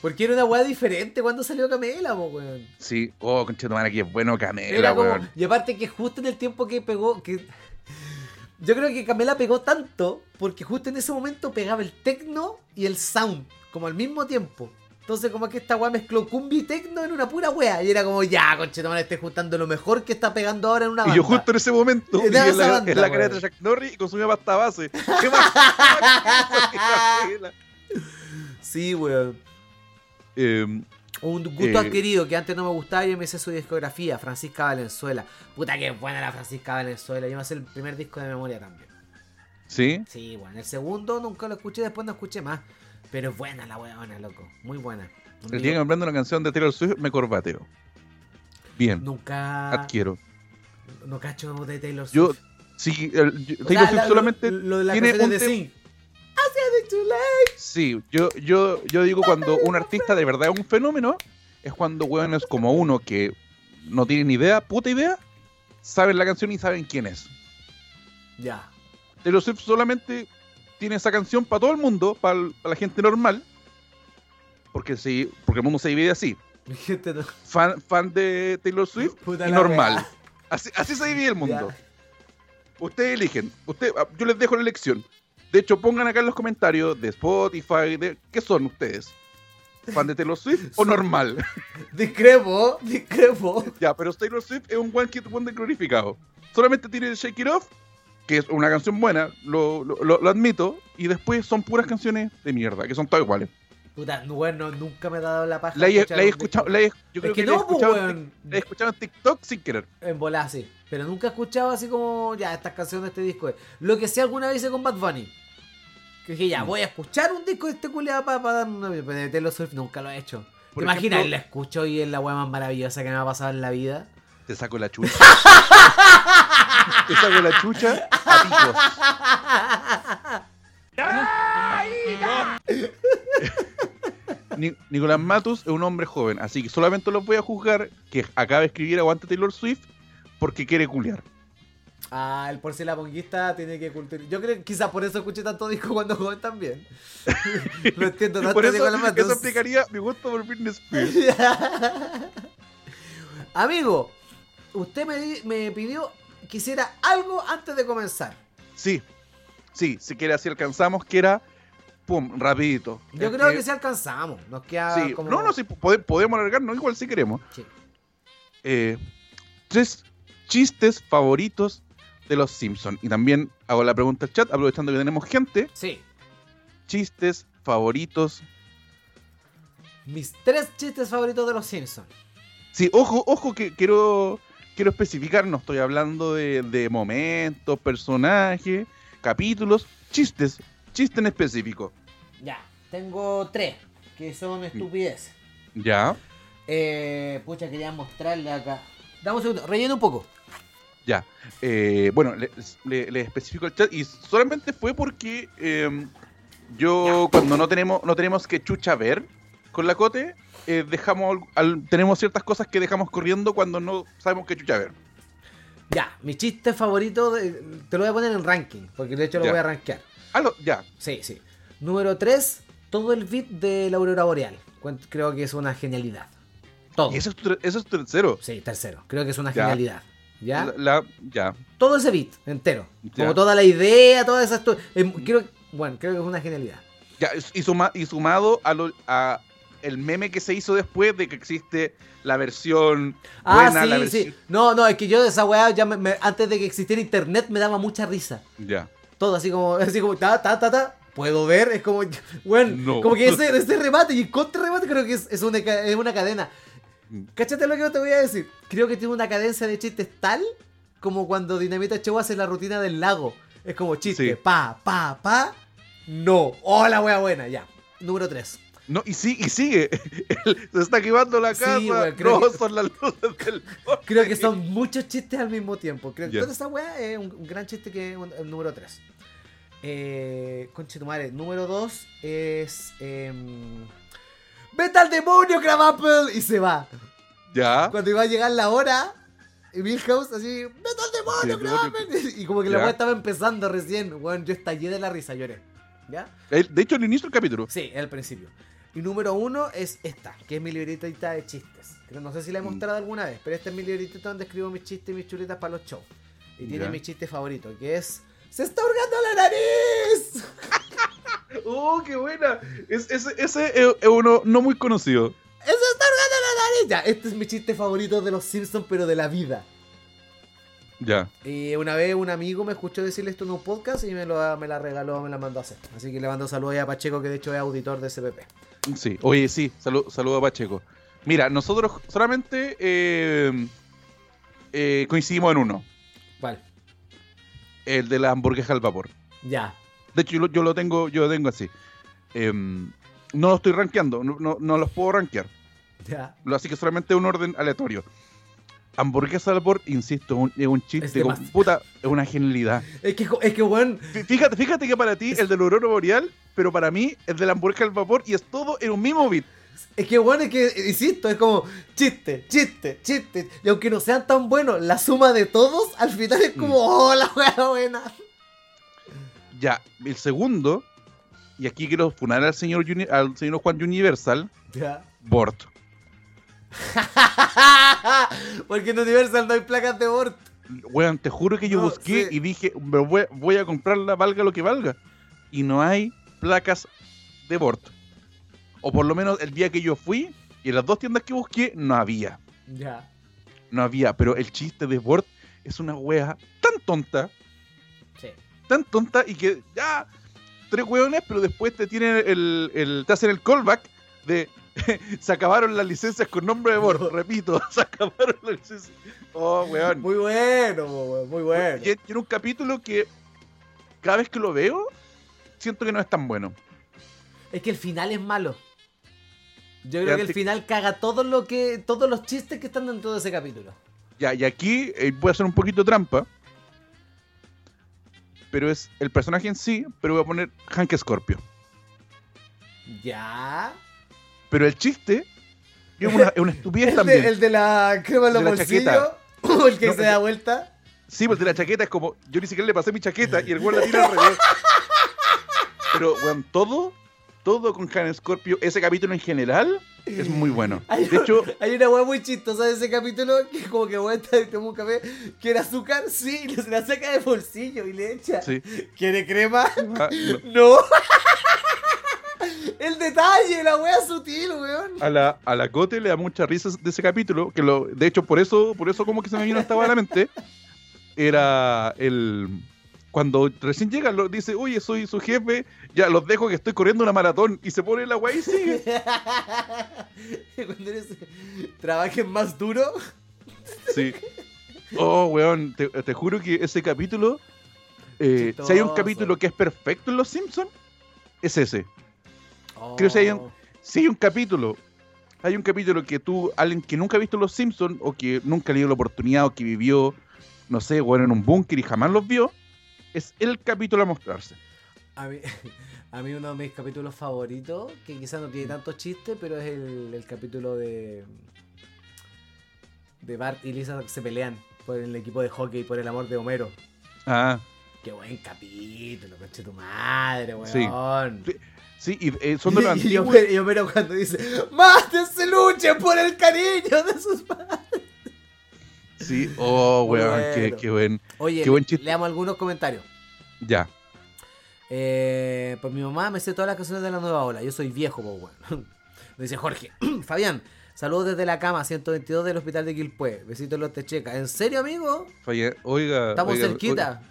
S2: Porque era una weá diferente cuando salió Camela, po, weón.
S1: Sí, oh, concha tu madre, qué bueno Camela,
S2: Era como-
S1: weón.
S2: y aparte que justo en el tiempo que pegó, que yo creo que Camela pegó tanto porque justo en ese momento pegaba el techno y el sound como al mismo tiempo. Entonces, como que esta weá mezcló cumbia y tecno en una pura weá. Y era como, ya, conchetumare, estoy juntando lo mejor que está pegando ahora en una banda.
S1: Y yo justo en ese momento
S2: Eh,
S1: vi
S2: de esa
S1: en la,
S2: banda,
S1: en la
S2: weón.
S1: carrera de Jack Norris y consumía pasta base. ¿Qué más? ¿Qué
S2: Sí, weón.
S1: eh,
S2: Un gusto
S1: Eh.
S2: adquirido que antes no me gustaba y yo me hice su discografía, Francisca Valenzuela. Puta que buena la Francisca Valenzuela. Yo me hice el primer disco de memoria también.
S1: ¿Sí?
S2: Sí, weón. El segundo nunca lo escuché, después no escuché más. Pero es buena la weona, loco. Muy buena. Un
S1: El
S2: disco-
S1: día que me prendo una canción de Taylor Swift me corbateo. Bien,
S2: Nunca.
S1: adquiero.
S2: No cacho de Taylor Swift.
S1: Yo, sí, el- yo-
S2: O
S1: Taylor
S2: sea, la-
S1: Swift solamente
S2: lo, lo de la
S1: tiene
S2: canción
S1: un
S2: de
S1: tema-
S2: Sing. Hacia de Chile.
S1: Sí, yo, yo, yo digo cuando un artista de verdad es un fenómeno, es cuando hueones como uno que no tiene ni idea, puta idea, saben la canción y saben quién es.
S2: Ya.
S1: Taylor Swift solamente tiene esa canción para todo el mundo, para la gente normal, porque sí, porque el mundo se divide así.
S2: Mi gente no.
S1: Fan, fan de Taylor Swift
S2: Puta
S1: y
S2: la
S1: normal.
S2: wea.
S1: Así, así se divide el mundo.
S2: Ya.
S1: Ustedes eligen. Usted, ah, yo les dejo la elección. De hecho, pongan acá en los comentarios de Spotify, de ¿qué son ustedes? ¿Fan de Taylor Swift o normal?
S2: Discrepo, discrepo.
S1: ya, pero Taylor Swift es un One Kid Wonder glorificado. Solamente tiene Shake It Off, que es una canción buena, lo, lo- lo- lo admito, y después son puras canciones de mierda, que son todas iguales.
S2: Puta, no, bueno, nunca me he dado la paja.
S1: La he,
S2: escuchar
S1: la he
S2: un
S1: escuchado,
S2: disco.
S1: la he- yo creo
S2: Es que
S1: que, la he
S2: no, pues,
S1: escuchado en Tik-
S2: weón.
S1: la he escuchado en TikTok sin querer.
S2: En bola, sí. Pero nunca he escuchado así como, ya, estas canciones de este disco. es. Lo que sí alguna vez hice con Bad Bunny. Que dije,
S1: Mm.
S2: ya, voy a escuchar un disco de este culiado para darme una. Pero de Taylor Swift nunca lo he hecho.
S1: Por
S2: ¿Te imaginas?
S1: ejemplo-
S2: La escucho y es la weá más maravillosa que me ha pasado en la vida.
S1: Te saco la chucha. Te saco la chucha a picos. Ni- Nicolás Matus es un hombre joven, así que solamente lo voy a juzgar que acaba de escribir Aguante Taylor Swift porque quiere culiar.
S2: Ah, el por si la ponguista tiene que cultivar. Yo creo que quizás por eso escuché tanto disco cuando joven también. lo entiendo tanto
S1: Por eso,
S2: Nicolás Matos.
S1: eso explicaría mi gusto por Britney Spears.
S2: Amigo, usted me, di- me pidió que hiciera algo antes de comenzar.
S1: Sí, sí, si quiere así alcanzamos, que era, pum, rapidito.
S2: Yo
S1: Es
S2: creo que sí alcanzamos. Nos queda
S1: sí.
S2: como.
S1: No, no, sí, pode- podemos alargarnos igual si queremos.
S2: Sí.
S1: eh, tres chistes favoritos de los Simpsons. Y también hago la pregunta al chat, aprovechando que tenemos gente.
S2: Sí.
S1: Chistes favoritos.
S2: Mis tres chistes favoritos de los Simpsons.
S1: Sí, ojo, ojo, que quiero, quiero especificar, no estoy hablando de, de momentos, personajes, capítulos, chistes, chiste en específico.
S2: Ya, tengo tres que son estupideces.
S1: Ya,
S2: Eh, pucha, quería mostrarle acá. Dame un segundo, rellena un poco.
S1: ya. Eh, bueno, le, le- le especifico el chat y solamente fue porque eh, yo cuando no tenemos, no tenemos que chucha ver con la cote, eh, dejamos al- al- tenemos ciertas cosas que dejamos corriendo cuando no sabemos qué chucha ver.
S2: Ya, mi chiste favorito de- te lo voy a poner en ranking, porque de hecho lo
S1: Ya.
S2: voy a rankear.
S1: Ah, lo- ya,
S2: Sí, sí. Número 3, todo el beat de la aurora boreal. Cuen- Creo que es una genialidad. Todo.
S1: y eso es, tu- eso es tercero.
S2: Sí, tercero. Creo que es una
S1: Ya.
S2: genialidad. ¿Ya?
S1: La- la- ya.
S2: Todo ese beat entero.
S1: Ya. Mm.
S2: Como toda la idea, toda esa... estu- em, creo, bueno, creo que es una genialidad.
S1: Ya, y, suma- y sumado a, lo- a el meme que se hizo después de que existe la versión
S2: Ah,
S1: buena, la
S2: sí,
S1: versión...
S2: sí. No, no, es que yo de esa weá, ya me- me- antes de que existiera internet, me daba mucha risa.
S1: Ya.
S2: Todo así como, así como, ta, ta, ta, ta. Puedo ver, es como, bueno,
S1: No.
S2: como que ese, ese remate y el contrarremate creo que es, es una, ca- es una cadena.
S1: Mm.
S2: Cáchate lo que yo te voy a decir. Creo que tiene una cadencia de chistes tal como cuando Dinamita Show hace la rutina del lago. Es como chiste,
S1: Sí.
S2: pa, pa, pa, no. Oh, la wea buena, ya. Número 3.
S1: No, y, sí, y sigue. El- se está quemando la
S2: Sí,
S1: casa.
S2: güey, creo
S1: no,
S2: que-
S1: son las luces del norte.
S2: Creo que son muchos chistes al mismo tiempo. Creo,
S1: Ya.
S2: Toda esa weá es un, un gran chiste que es un- el número 3. Eh, Conchetumare, número 2 es. em, ¡Vete al demonio, Crabapple! Y se va.
S1: Ya.
S2: Cuando iba a llegar la hora, y Milhouse así. ¡Vete al demonio,
S1: Sí, el demonio.
S2: Crabapple! Y como que la
S1: Ya.
S2: weá estaba empezando recién. Bueno, yo estallé de la risa, lloré. ¿Ya?
S1: El- De hecho, al inicio del capítulo.
S2: Sí, al principio. Y número uno es esta, que es mi libretita de chistes. Creo- no sé si la he mostrado alguna vez, pero esta es mi libretita donde escribo mis chistes y mis chuletas para los shows. Y tiene
S1: Ya.
S2: mi chiste favorito, que es... ¡Se está hurgando la nariz!
S1: ¡Oh, qué buena! Es- ese- ese es, es uno no muy conocido.
S2: ¡Eso está ahogando la nariz! Ya, este es mi chiste favorito de los Simpsons, pero de la vida.
S1: Ya.
S2: Y una vez un amigo me escuchó decir esto en un podcast y me, lo, me la regaló, me la mandó a hacer. Así que le mando saludos ahí a Pacheco, que de hecho es auditor de CPP.
S1: Sí. Oye, sí. Saludo, saludo a Pacheco. Mira, nosotros solamente eh, eh, coincidimos en uno.
S2: Vale,
S1: El de la hamburguesa al vapor.
S2: ya.
S1: De hecho, yo, lo- yo lo tengo, yo lo tengo así. Em, no lo estoy rankeando, no, no- no los puedo rankear.
S2: Ya.
S1: Lo- Así que solamente un orden aleatorio. Hamburguesa al vapor, insisto, un- es un chiste,
S2: Es
S1: con-
S2: demasiado.
S1: puta, es una genialidad.
S2: Es que, es que weón,
S1: Fí- Fíjate, fíjate que para ti el del aurora boreal, pero para mí el de la hamburguesa al vapor y es todo en un mismo beat.
S2: es que weón, es que, insisto, es como chiste, chiste, chiste. Y aunque no sean tan buenos, la suma de todos al final es como,
S1: Mm.
S2: oh, la wea buena.
S1: Ya, el segundo, y aquí quiero funar al señor, Uni- al señor Juan Universal,
S2: Ya.
S1: Bort.
S2: Porque en Universal no hay placas de Bort.
S1: Weón, te juro que yo
S2: No,
S1: busqué
S2: sí.
S1: y dije, "Me voy, voy a comprarla, valga lo que valga. Y no hay placas de Bort. O por lo menos el día que yo fui, y en las dos tiendas que busqué, no había.
S2: Ya.
S1: No había, pero el chiste de Bort es una wea tan tonta,
S2: Sí.
S1: tan tonta, y que ya, tres weones, pero después te tienen el, el- te hacen el callback de se acabaron las licencias con nombre de Bort. Repito, se acabaron las licencias. Oh, weón.
S2: Muy bueno, weón, muy bueno.
S1: Y es- tiene un capítulo que cada vez que lo veo, siento que no es tan bueno.
S2: Es que el final es malo. Yo
S1: Ya
S2: creo que el
S1: te-
S2: final caga todo lo que, todos los chistes que están dentro de ese capítulo.
S1: Ya, y aquí eh, voy a hacer un poquito trampa. Pero es el personaje en sí, pero voy a poner Hank Scorpio.
S2: Ya.
S1: Pero el chiste es una, es una estupidez
S2: El de,
S1: también.
S2: Este, el de la crema en los
S1: De la
S2: bolsillos.
S1: chaqueta.
S2: El que
S1: No,
S2: se
S1: el
S2: da
S1: de-
S2: vuelta.
S1: Sí, porque la chaqueta es como, yo ni siquiera le pasé mi chaqueta y el güey la tira al revés. Pero, weón, todo, todo con Hank Scorpio, ese capítulo en general, es muy bueno.
S2: Eh, Hay,
S1: De hecho,
S2: hay una weá muy chistosa de ese capítulo que como que weón está toma un café, quiere azúcar, sí, y se la saca de bolsillo y le echa.
S1: sí.
S2: ¿Quiere crema?
S1: Ah, no.
S2: No. El detalle, la weá sutil, weón.
S1: a la, a la Cote le da muchas risas de ese capítulo, que lo, de hecho por eso, por eso como que se me vino esta bala a la mente, era el cuando recién llega lo, dice, oye, soy su jefe, ya los dejo que estoy corriendo una maratón y se pone la guay y sigue.
S2: Cuando eres, trabajes más duro.
S1: Sí. Oh, weón, te, te juro que ese capítulo, eh, si hay un
S2: Chistoso.
S1: capítulo que es perfecto en Los Simpsons, es ese. Creo que hay un- Si hay un capítulo, hay un capítulo que tú, alguien que nunca ha visto Los Simpsons o que nunca le dio la oportunidad o que vivió, no sé, bueno, en un búnker y jamás los vio, es el capítulo a mostrarse.
S2: A mí, a mí uno de mis capítulos favoritos, que quizás no tiene tanto chiste, pero es el, el capítulo de. de Bart y Lisa que se pelean por el equipo de hockey por el amor de Homero.
S1: Ah,
S2: Qué buen capítulo, coche tu madre,
S1: Sí.
S2: weón.
S1: Sí, sí, y eh, son de los
S2: y, y
S1: antiguos.
S2: Homero, y Homero cuando dice: ¡Mátense, luchen por el cariño de sus padres!
S1: Sí, oh, weón,
S2: Bueno.
S1: qué, qué buen.
S2: Oye,
S1: Qué buen chiste.
S2: leamos algunos comentarios.
S1: Ya,
S2: Eh, pues mi mamá me sé todas las canciones de la nueva ola. Yo soy viejo, pues bueno. Dice Jorge. Fabián, saludos desde la cama 122 del hospital de Quilpué. Besitos en los techecas. ¿En serio, amigo?
S1: fallé. Oiga.
S2: Estamos
S1: oiga,
S2: cerquita.
S1: oiga.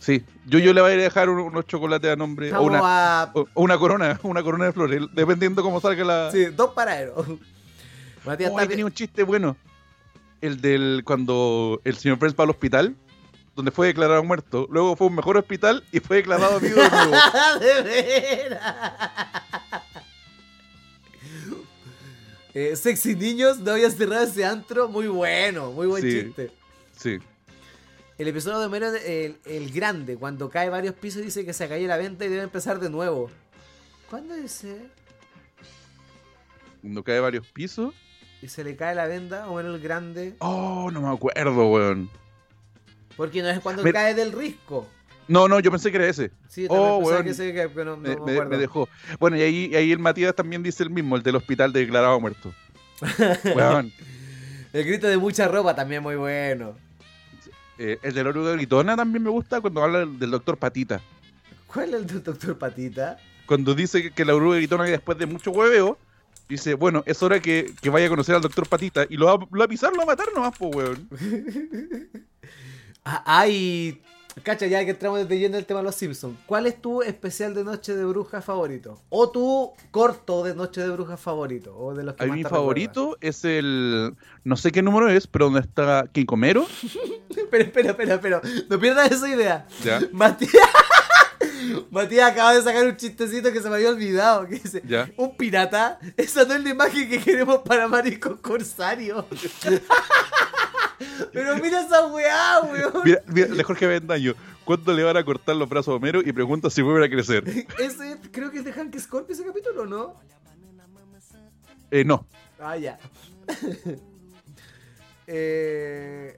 S1: Sí, yo, yo le voy a dejar un- unos chocolates a nombre. O
S2: Estamos
S1: una,
S2: a
S1: o- o una corona, una corona de flores, dependiendo cómo salga la,
S2: sí, dos paraderos. Matías
S1: Oh, ahí
S2: Tapia-
S1: tenía un chiste bueno. El del cuando el señor Friends va al hospital, donde fue declarado muerto, luego fue a un mejor hospital y fue declarado vivo de nuevo.
S2: Ah, ¡De veras! Eh, sexy niños, no había cerrado ese antro. Muy bueno, muy buen
S1: Sí.
S2: chiste.
S1: Sí.
S2: El episodio de Homero, el, el grande, cuando cae varios pisos, dice que se cayó la venta y debe empezar de nuevo. ¿Cuándo dice?
S1: Cuando cae varios pisos.
S2: Y se le cae la venda, Homero el grande.
S1: Oh, no me acuerdo, weón.
S2: Porque no es cuando
S1: Me-
S2: cae del risco.
S1: No, no, yo pensé que era ese.
S2: Sí,
S1: Oh,
S2: también pensaba
S1: weón.
S2: que se cae, pero no, no
S1: Me,
S2: me
S1: me-
S2: acuerdo.
S1: me dejó. Bueno, y ahí, y ahí el Matías también dice el mismo, el del hospital declarado muerto. Weón.
S2: El grito de mucha ropa también muy bueno.
S1: Eh, el de la oruga gritona también me gusta cuando habla del, del doctor Patita.
S2: ¿Cuál es el del doctor Patita?
S1: Cuando dice que la oruga gritona que después de mucho hueveo, dice, bueno, es hora que, que vaya a conocer al doctor Patita y lo va, lo va a pisar, lo va a matar nomás, po, weón.
S2: Ah, Ay, cacha, ya que estamos leyendo el tema de los Simpsons. ¿Cuál es tu especial de Noche de Brujas favorito? O tu corto de Noche de Brujas favorito. O de los que
S1: A mí
S2: más
S1: mi
S2: te
S1: favorito es el. No sé qué número es, pero donde está Quincomero.
S2: recuerdas. Pero espera, espera, espera. No pierdas esa idea.
S1: Ya.
S2: Matías. Matías acaba de sacar un chistecito que se me había olvidado. Que dice,
S1: Ya.
S2: un pirata, esa no es la imagen que queremos para Marico Corsario. Pero mira esa weá, weón.
S1: Mira, mira, de Jorge Bendaño. ¿Cuándo le van a cortar los brazos a Homero? Y pregunta si vuelven a crecer.
S2: Ese, creo que es de Hank Scorpio ese capítulo, ¿no?
S1: Eh, no.
S2: Ah, ya. Eh,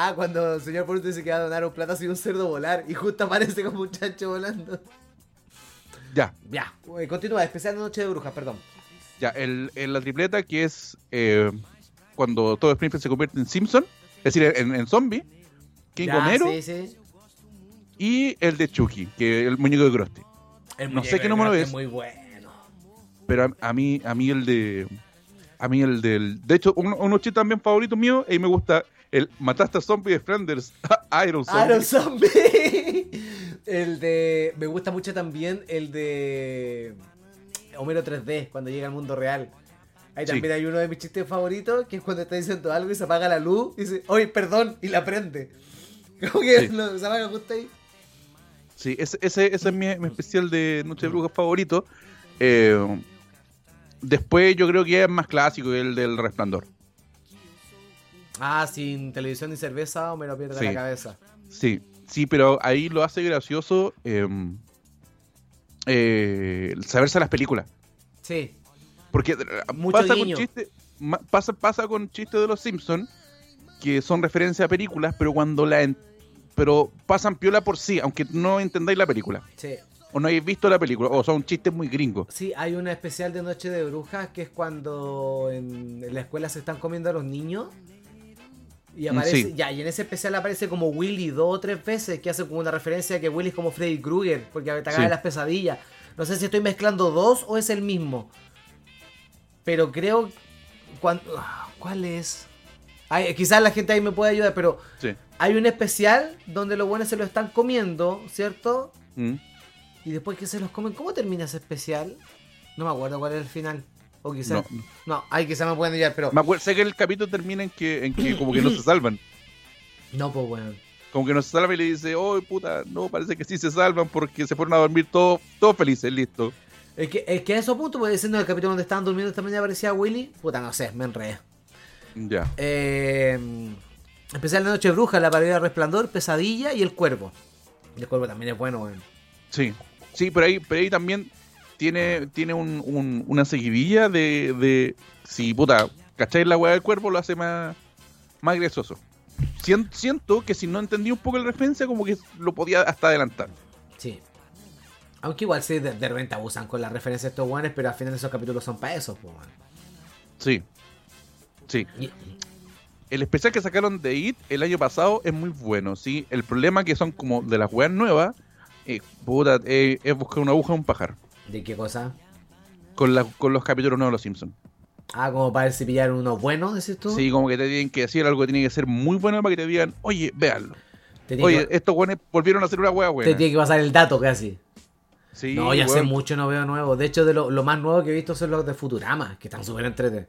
S2: Ah, cuando el señor Porto dice que va a donar un platazo y un cerdo volar. Y justo aparece como un chancho volando.
S1: Ya.
S2: Ya. eh, Continúa, especial de Noche de Brujas, perdón.
S1: Ya. El, el- la tripleta que es eh, cuando todo Springfield se convierte en Simpson. Es decir, en, en zombie. Quincomero.
S2: Ya, Sí, sí.
S1: Y el de Chucky, que el muñeco de Krusty.
S2: El
S1: No sé
S2: muñeco
S1: qué
S2: de
S1: número
S2: Krusty
S1: es.
S2: Muy bueno.
S1: Pero a, a mí, a mí el de. A mí el del. De hecho, un, un chip también favorito mío, y me gusta el Mataste a Zombie de Flanders. Iron Zombie.
S2: Iron Zombie. Ah, El de. Me gusta mucho también el de. Homero 3D, cuando llega al mundo real. Ahí
S1: Sí.
S2: también hay uno de mis chistes favoritos, que es cuando está diciendo algo y se apaga la luz y dice, ¡Oye, perdón! y la prende. Como que
S1: Sí.
S2: lo- se apaga justo ahí.
S1: Sí, ese, ese, ese es mi, mi especial de Noche de Brujas favorito. Eh, después yo creo que es más clásico el del Resplandor.
S2: Ah, sin televisión ni cerveza, Homero pierde
S1: Sí.
S2: la cabeza.
S1: Sí, sí, pero ahí lo hace gracioso eh, eh, saberse las películas.
S2: Sí.
S1: Porque eh,
S2: Mucho
S1: pasa,
S2: guiño.
S1: Con chiste, ma- pasa, pasa con chistes de los Simpsons que son referencia a películas, pero cuando la en- pero pasan piola por sí, aunque no entendáis la película,
S2: Sí.
S1: o no hayáis visto la película, o son chistes muy gringos.
S2: Sí, hay una especial de Noche de Brujas que es cuando en, en la escuela se están comiendo a los niños. Y
S1: Mm,
S2: aparece,
S1: sí.
S2: ya, y en ese especial aparece como Willy dos o tres veces, que hace como una referencia a que Willy es como Freddy Krueger, porque te acaba
S1: Sí.
S2: las pesadillas. No sé si estoy mezclando dos o es el mismo. Pero creo. cuan- ah, ¿Cuál es? Ay, quizás la gente ahí me puede ayudar, pero
S1: Sí.
S2: hay un especial donde los buenos se lo están comiendo, ¿cierto?
S1: Mm.
S2: Y después que se los comen, ¿cómo termina ese especial? No me acuerdo cuál es el final. O quizás. No,
S1: No.
S2: ahí quizás me pueden ayudar, pero.
S1: Me acuerdo, sé que el capítulo termina en que, en que como que no se salvan.
S2: No, pues bueno.
S1: Como que no se salvan y le dice, oh puta, no, parece que sí se salvan porque se fueron a dormir todos todos felices, listo.
S2: Es que, es que a esos puntos, pues diciendo el capítulo donde estaban durmiendo esta mañana aparecía Willy. Puta, no sé, me enredé.
S1: Ya.
S2: Eh, especial de Noche Bruja, la parodia de Resplandor, Pesadilla y El Cuervo. El Cuervo también es bueno, weón.
S1: Sí. Sí, pero ahí, pero ahí también tiene, tiene un, un- una seguidilla de, de si puta, ¿cacháis la hueá del cuerpo? Lo hace más, más grasoso. Sien- siento que si no entendí un poco la referencia, como que lo podía hasta adelantar.
S2: Sí. Aunque igual sí, de, de repente abusan con las referencias de estos guanes, pero al final esos capítulos son para eso, pues, weón.
S1: Sí. Sí.
S2: Y-
S1: El especial que sacaron de IT el año pasado es muy bueno, ¿sí? El problema que son como de las weas nuevas, eh, puta, eh, es buscar una aguja en un pajar.
S2: ¿De qué cosa?
S1: Con, la- con los capítulos nuevos de los Simpsons.
S2: Ah, como para ver si pillaron unos buenos, decís tú.
S1: Sí, como que te tienen que decir algo que tiene que ser muy bueno para que te digan, oye, véanlo.
S2: Te tiene
S1: Oye,
S2: que-
S1: estos weones volvieron a hacer una wea
S2: Te
S1: buena.
S2: tiene que pasar el dato casi.
S1: Sí,
S2: no, ya hace
S1: weón.
S2: mucho no veo nuevo. De hecho, de lo, lo más nuevo que he visto son los de Futurama, que están súper entretenidos.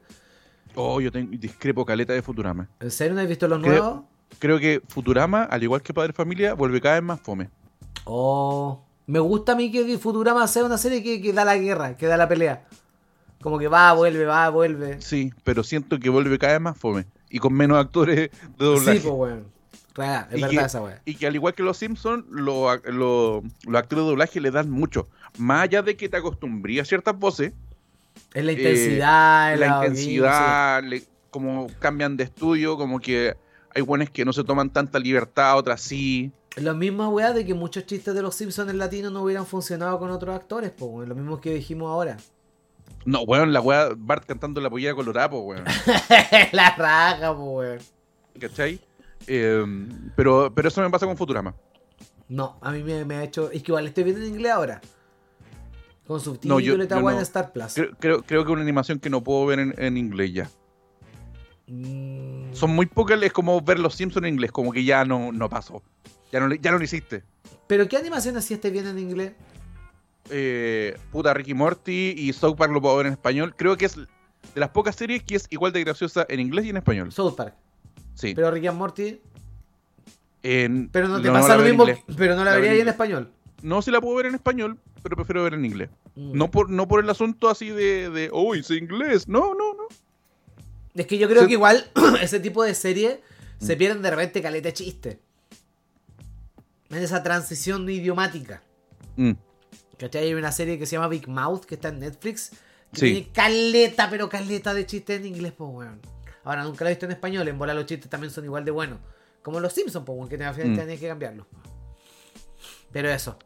S1: Oh, yo tengo, discrepo caleta de Futurama.
S2: ¿En serio no has visto los
S1: Creo-
S2: nuevos?
S1: Creo que Futurama, al igual que Padre Familia, vuelve cada vez más fome.
S2: Oh, me gusta a mí que Futurama sea una serie que, que da la guerra, que da la pelea. Como que va, vuelve, va, vuelve.
S1: Sí, pero siento que vuelve cada vez más fome. Y con menos actores de doblaje.
S2: Sí, pues, weón. Real, es
S1: Y
S2: verdad
S1: que-
S2: esa weón.
S1: Y que al igual que los Simpsons, lo- lo- los actores de doblaje le dan mucho. Más allá de que te acostumbrías a ciertas voces,
S2: Es la
S1: eh,
S2: intensidad,
S1: la
S2: guiños,
S1: intensidad, le- como cambian de estudio, como que hay buenas que no se toman tanta libertad, otras sí.
S2: sí. Lo mismo, weón, de que muchos chistes de los Simpsons en latino no hubieran funcionado con otros actores, pues, weón. Lo mismo que dijimos ahora.
S1: No, weón, la weá, Bart cantando la pollera colorada, po, weón.
S2: la raja, pues, weón.
S1: Em, ¿Cachai? Eh, pero, pero eso me pasa con Futurama.
S2: No, a mí me, me ha hecho. Es que igual estoy viendo en inglés ahora. Con
S1: No,
S2: subtítulos
S1: yo-
S2: y
S1: yo
S2: tal, weón,
S1: no.
S2: en Star Plus.
S1: Creo, creo, creo que es una animación que no puedo ver en, en inglés ya.
S2: Mm,
S1: Son muy pocas, es como ver los Simpsons en inglés, como que ya no, no pasó. Ya no, le- ya no lo hiciste.
S2: Pero ¿qué animación así estáis viendo en inglés?
S1: eh, puta Ricky Morty y South Park lo puedo ver en español. Creo que es de las pocas series que es igual de graciosa en inglés y en español.
S2: South Park.
S1: Sí.
S2: Pero Rick and Morty.
S1: En-
S2: Pero no te
S1: la veo
S2: pasa lo
S1: en
S2: mismo.
S1: inglés.
S2: Pero no la,
S1: La veo
S2: vería
S1: en
S2: ahí en
S1: inglés.
S2: español.
S1: No si la puedo ver en español, pero prefiero ver en inglés.
S2: Mm.
S1: No por, no por el asunto así de, de uy, es inglés. No, no, no.
S2: Es que yo creo
S1: Se- Mm.
S2: que igual ese tipo de series se pierden de repente caleta de chiste. En esa transición idiomática.
S1: Mm.
S2: ¿Cachai? Hay una serie que se llama Big Mouth que está en Netflix. Que
S1: Sí.
S2: tiene caleta, pero caleta de chistes en inglés, pues weón. Ahora nunca la he visto en español, en bola los chistes también son igual de buenos. Como los Simpsons, pues weón, que al final
S1: Mm.
S2: tenías que cambiarlo. Pero eso.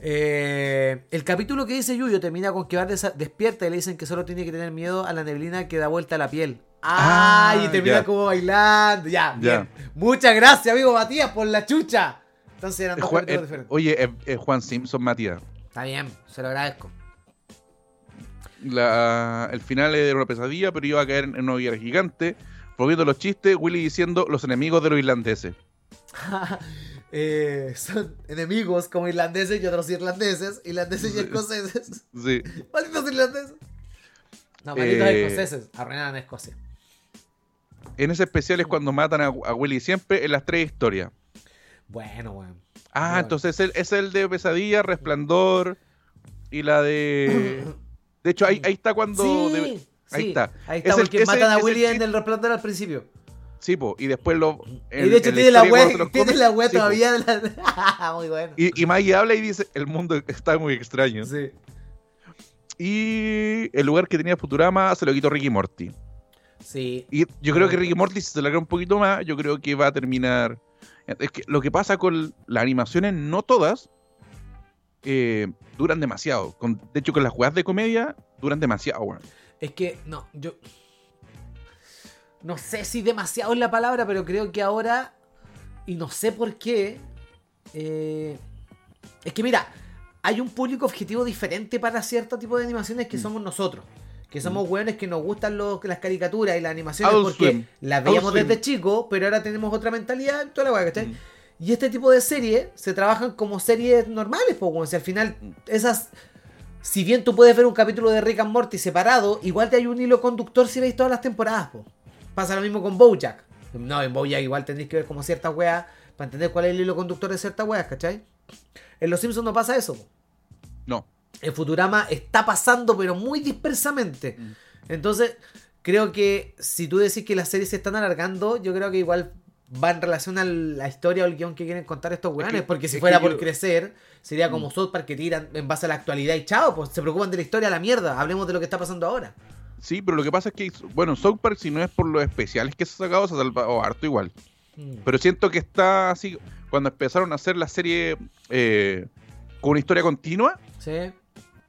S2: Eh, el capítulo que dice Yuyo termina con que Bart desa- despierta y le dicen que solo tiene que tener miedo a la neblina que da vuelta a la piel.
S1: Ah,
S2: ¡Ay! y termina
S1: ya.
S2: como bailando. Ya,
S1: Ya.
S2: bien. Muchas gracias, amigo Matías, por la chucha. Entonces eran
S1: Es
S2: dos
S1: Juan-
S2: capítulos
S1: es-
S2: diferentes.
S1: oye, es, es Juan Simpson, Matías.
S2: Está bien, se lo agradezco.
S1: La- el final era una pesadilla, pero iba a caer en una hoguera gigante. Volviendo a los chistes, Willy diciendo los enemigos de los irlandeses.
S2: Eh, son enemigos como irlandeses y otros irlandeses, irlandeses y escoceses.
S1: Sí.
S2: Malditos irlandeses. No, malditos
S1: Eh.
S2: escoceses. Arruinaron a Escocia.
S1: En ese especial es cuando matan a, a Willy siempre en las tres historias.
S2: Bueno, weón.
S1: Ah,
S2: Bueno.
S1: entonces es el, es el de Pesadilla, Resplandor y la de... De hecho, ahí, ahí está cuando... de- ahí está.
S2: Ahí está,
S1: Es el-
S2: porque
S1: ese-
S2: matan a
S1: ese
S2: William en
S1: chiste-
S2: el resplandor al principio.
S1: Sí, po, y después lo...
S2: y
S1: en-
S2: de hecho
S1: en
S2: tiene la,
S1: historia cuando
S2: web,
S1: se los
S2: tiene
S1: comen.
S2: la web
S1: Sí, po.
S2: todavía de la... Muy bueno.
S1: Y, y Maggie habla y dice, el mundo está muy extraño.
S2: Sí.
S1: Y el lugar que tenía Futurama se lo quitó Ricky Morty.
S2: Sí.
S1: Y yo creo que Ricky Morty, si se larga un poquito más, yo creo que va a terminar. Es que lo que pasa con las animaciones, no todas eh, duran demasiado. Con- de hecho, con las jugadas de comedia duran demasiado, weón.
S2: Es que, no, yo. No sé si demasiado es la palabra, pero creo que ahora. Y no sé por qué. eh, es que mira, hay un público objetivo diferente para cierto tipo de animaciones que
S1: Mm.
S2: somos nosotros. Que somos hueones que nos gustan los- las caricaturas y las animaciones
S1: Adult
S2: porque
S1: Swim.
S2: las
S1: Adult
S2: veíamos
S1: Swim.
S2: desde chico, pero ahora tenemos otra mentalidad, toda la hueá, ¿cachai? Y este tipo de series se trabajan como series normales, pues, weón. Si al final
S1: Mm.
S2: esas... Si bien tú puedes ver un capítulo de Rick and Morty separado, igual te hay un hilo conductor si veis todas las temporadas, po. Pasa lo mismo con Bojack. No, en Bojack igual tenéis que ver como ciertas weas para entender cuál es el hilo conductor de ciertas weas, ¿cachai? En Los Simpsons no pasa eso, po.
S1: No.
S2: En eh, Futurama está pasando, pero muy dispersamente.
S1: Mm.
S2: Entonces, creo que si tú decís que las series se están alargando, yo creo que igual va en relación a la historia o el guión que quieren contar estos weones.
S1: que-
S2: porque si
S1: es
S2: fuera
S1: que
S2: por
S1: yo- Mm.
S2: crecer, sería como South Park que tiran en base a la actualidad y chao, pues se preocupan de la historia a la mierda. Hablemos de lo que está pasando ahora.
S1: Sí, pero lo que pasa es que, bueno, South Park, si no es por los especiales que se ha sacado, se ha salvado harto igual. Pero siento que está así. Cuando empezaron a hacer la serie eh, con una historia continua,
S2: Sí.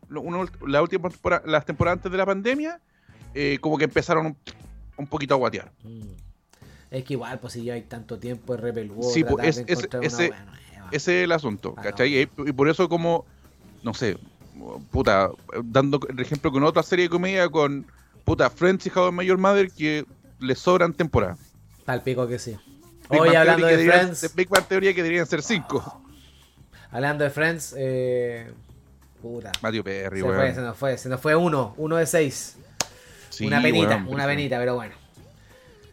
S1: lo- uno- la última tempora- las temporadas antes de la pandemia, eh, como que empezaron un, un poquito a guatear.
S2: Mm. Es que igual, pues si ya hay tanto tiempo, es repeludo.
S1: Sí, pues,
S2: tratar
S1: es-
S2: de
S1: es-
S2: encontrar
S1: ese-
S2: una wea nueva.
S1: Ese es el asunto,
S2: Ah,
S1: ¿cachai? Y y por eso como, no sé, puta, dando el ejemplo con otra serie de comedia con, puta, Friends y How I Met Your Mother que le sobran temporadas.
S2: Tal pico que sí.
S1: Big
S2: Hoy
S1: Bang
S2: hablando
S1: Theory que
S2: de
S1: deberían-
S2: Friends.
S1: Big Bang Teoría que deberían ser cinco.
S2: Hablando de Friends, eh. Puta.
S1: Matthew Perry,
S2: se, fue,
S1: weón.
S2: se nos fue, se nos fue uno, uno de seis.
S1: Sí,
S2: una penita,
S1: weón,
S2: una penita, pero bueno.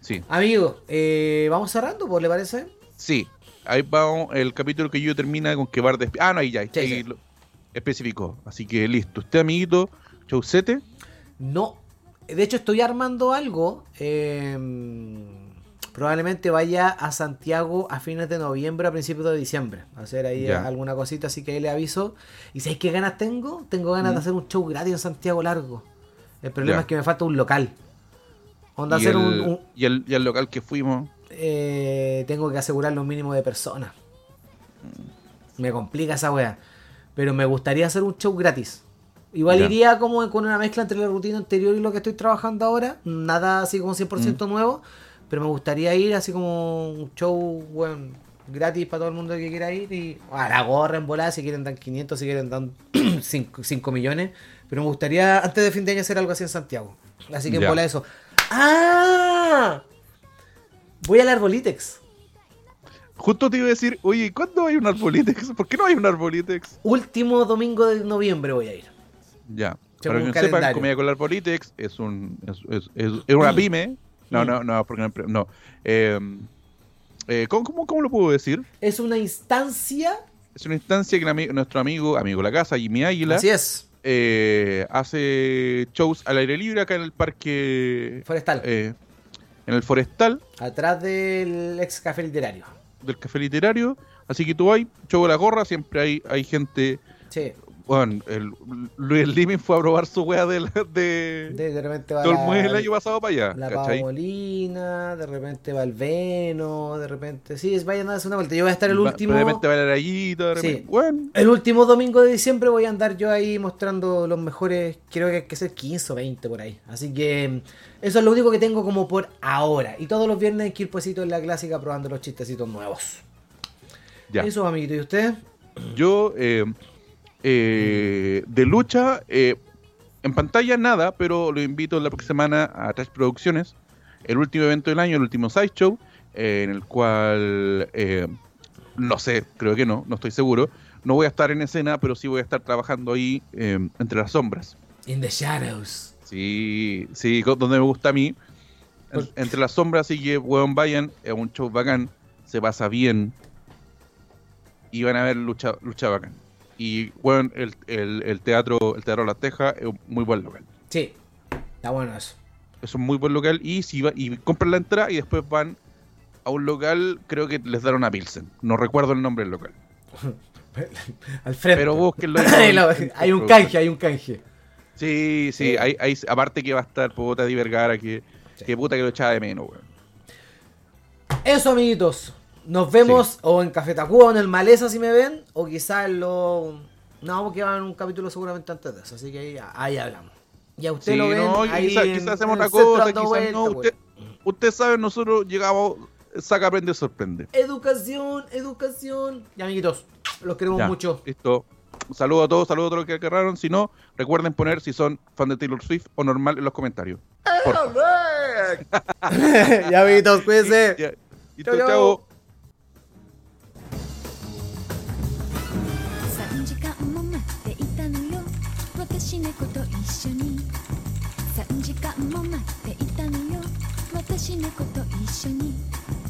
S1: Sí,
S2: Amigo, eh, vamos cerrando, pues, ¿le parece?
S1: sí. Ahí va el capítulo que yo termina con que Bart... despi- Ah, no, ahí ya, ahí
S2: Sí, sí.
S1: lo- especificó. Así que listo. Usted, amiguito, chaucete.
S2: No. De hecho, estoy armando algo. eh, probablemente vaya a Santiago a fines de noviembre, a principios de diciembre. A hacer ahí
S1: Ya.
S2: alguna cosita, así que ahí le aviso. ¿Y sabéis qué ganas tengo? Tengo ganas
S1: Mm.
S2: de hacer un show gratis en Santiago Largo. El problema
S1: Ya.
S2: es que me falta un local. Onda
S1: y,
S2: hacer
S1: el,
S2: un... un-
S1: y el- y el local que fuimos.
S2: eh, tengo que asegurarle un mínimo de personas. Me complica esa wea. Pero me gustaría hacer un show gratis. Igual
S1: Ya.
S2: iría como con una mezcla entre la rutina anterior y lo que estoy trabajando ahora. Nada así como 100% nuevo. Pero me gustaría ir así como un show, weón, gratis para todo el mundo que quiera ir. Y a la gorra en volada, si quieren dan 500, si quieren dan 5, 5 millones. Pero me gustaría antes de fin de año hacer algo así en Santiago. Así que en
S1: Ya.
S2: bola eso. ¡Ah! Voy al Arbolitex.
S1: Justo te iba a decir, oye, ¿y ¿cuándo hay un Arbolitex? ¿Por qué no hay un Arbolitex?
S2: Último domingo de noviembre voy a ir.
S1: Ya. Para
S2: Según
S1: que
S2: un
S1: no sepan,
S2: calendario.
S1: Comida con el Arbolitex es, un, es, es- es- es una pyme. No, no, no, porque no. no. Eh, eh, ¿cómo- cómo, cómo lo puedo decir?
S2: Es una instancia.
S1: Es una instancia que el ami- nuestro amigo, amigo de la casa, Jimmy Águila,
S2: Así es.
S1: eh, hace shows al aire libre acá en el parque.
S2: Forestal.
S1: eh, en el forestal
S2: Atrás del ex café literario.
S1: del café literario. Así que tú hay, show de la gorra, siempre hay, hay gente.
S2: Sí.
S1: Bueno, el, Luis Limin fue a probar su wea de, la- de,
S2: De, de repente va
S1: de Olmué el
S2: la-
S1: año pasado para allá.
S2: La
S1: ¿cachai?
S2: Paolina, de repente va el Veno, de repente. Sí, es- vayan a darse una vuelta. Yo voy a estar el
S1: Va-
S2: último.
S1: De repente va la Arayita, de repente-
S2: Sí.
S1: Bueno,
S2: El último domingo de diciembre voy a andar yo ahí mostrando los mejores. Creo que hay que ser 15 o 20 por ahí. Así que mm, eso es lo único que tengo como por ahora. Y todos los viernes aquí el Puesito pues, en la clásica probando los chistecitos nuevos.
S1: ya.
S2: Eso, amiguito. ¿Y usted?
S1: Yo, eh, eh, de lucha, eh, en pantalla nada, pero lo invito la próxima semana a Trash Producciones, el último evento del año, el último sideshow, eh, en el cual, eh, no sé, creo que no, no estoy seguro. No voy a estar en escena, pero sí voy a estar trabajando ahí eh, entre las sombras.
S2: In the Shadows.
S1: Sí, sí, co- donde me gusta a mí. En-
S2: Por-
S1: entre las sombras, así que, weón, vayan. Es un show bacán. Se pasa bien. Y van a ver lucha, lucha bacán. Y, weón, el, el- el teatro el teatro La Teja es un muy buen local.
S2: Sí, está bueno eso.
S1: Es un muy buen local. Y si va- y compran la entrada y después van a un local, creo que les dan una Pilsen. No recuerdo el nombre del local.
S2: Al frente.
S1: Pero búsquenlo.
S2: Ahí lo- hay un canje, hay un canje.
S1: Sí, sí.
S2: Eh.
S1: Hay, hay- aparte que va a estar Puta Di Vergara, que,
S2: Sí.
S1: que puta que lo echaba de menos, weón.
S2: Eso, amiguitos. Nos vemos o en Café Tacuba o en el Maleza si me ven, o quizás en lo. No, porque va a haber un capítulo seguramente antes de eso, así que ahí, ahí hablamos. Y a usted
S1: Sí,
S2: lo ven.
S1: no,
S2: ahí
S1: quizás
S2: en-
S1: hacemos
S2: en el
S1: una
S2: centro
S1: cosa,
S2: dando pues.
S1: quizás no.
S2: vueltas,
S1: Usted, usted sabe, nosotros llegamos, eh, saca, aprende, sorprende.
S2: güey. pues. Educación, educación. Y amiguitos, los queremos
S1: Ya,
S2: mucho.
S1: Listo. Saludos a todos, saludos a todos los que agarraron. Si no, recuerden poner si son fan de Taylor Swift o normal en los comentarios. Porfa.
S2: ya, amiguitos, cuídense.
S1: Ya. Listo,
S2: Chao, chao.
S1: chao.
S3: 3時間も待っていたのよ私猫と一緒に3時間も待っていたのよ私猫と一緒に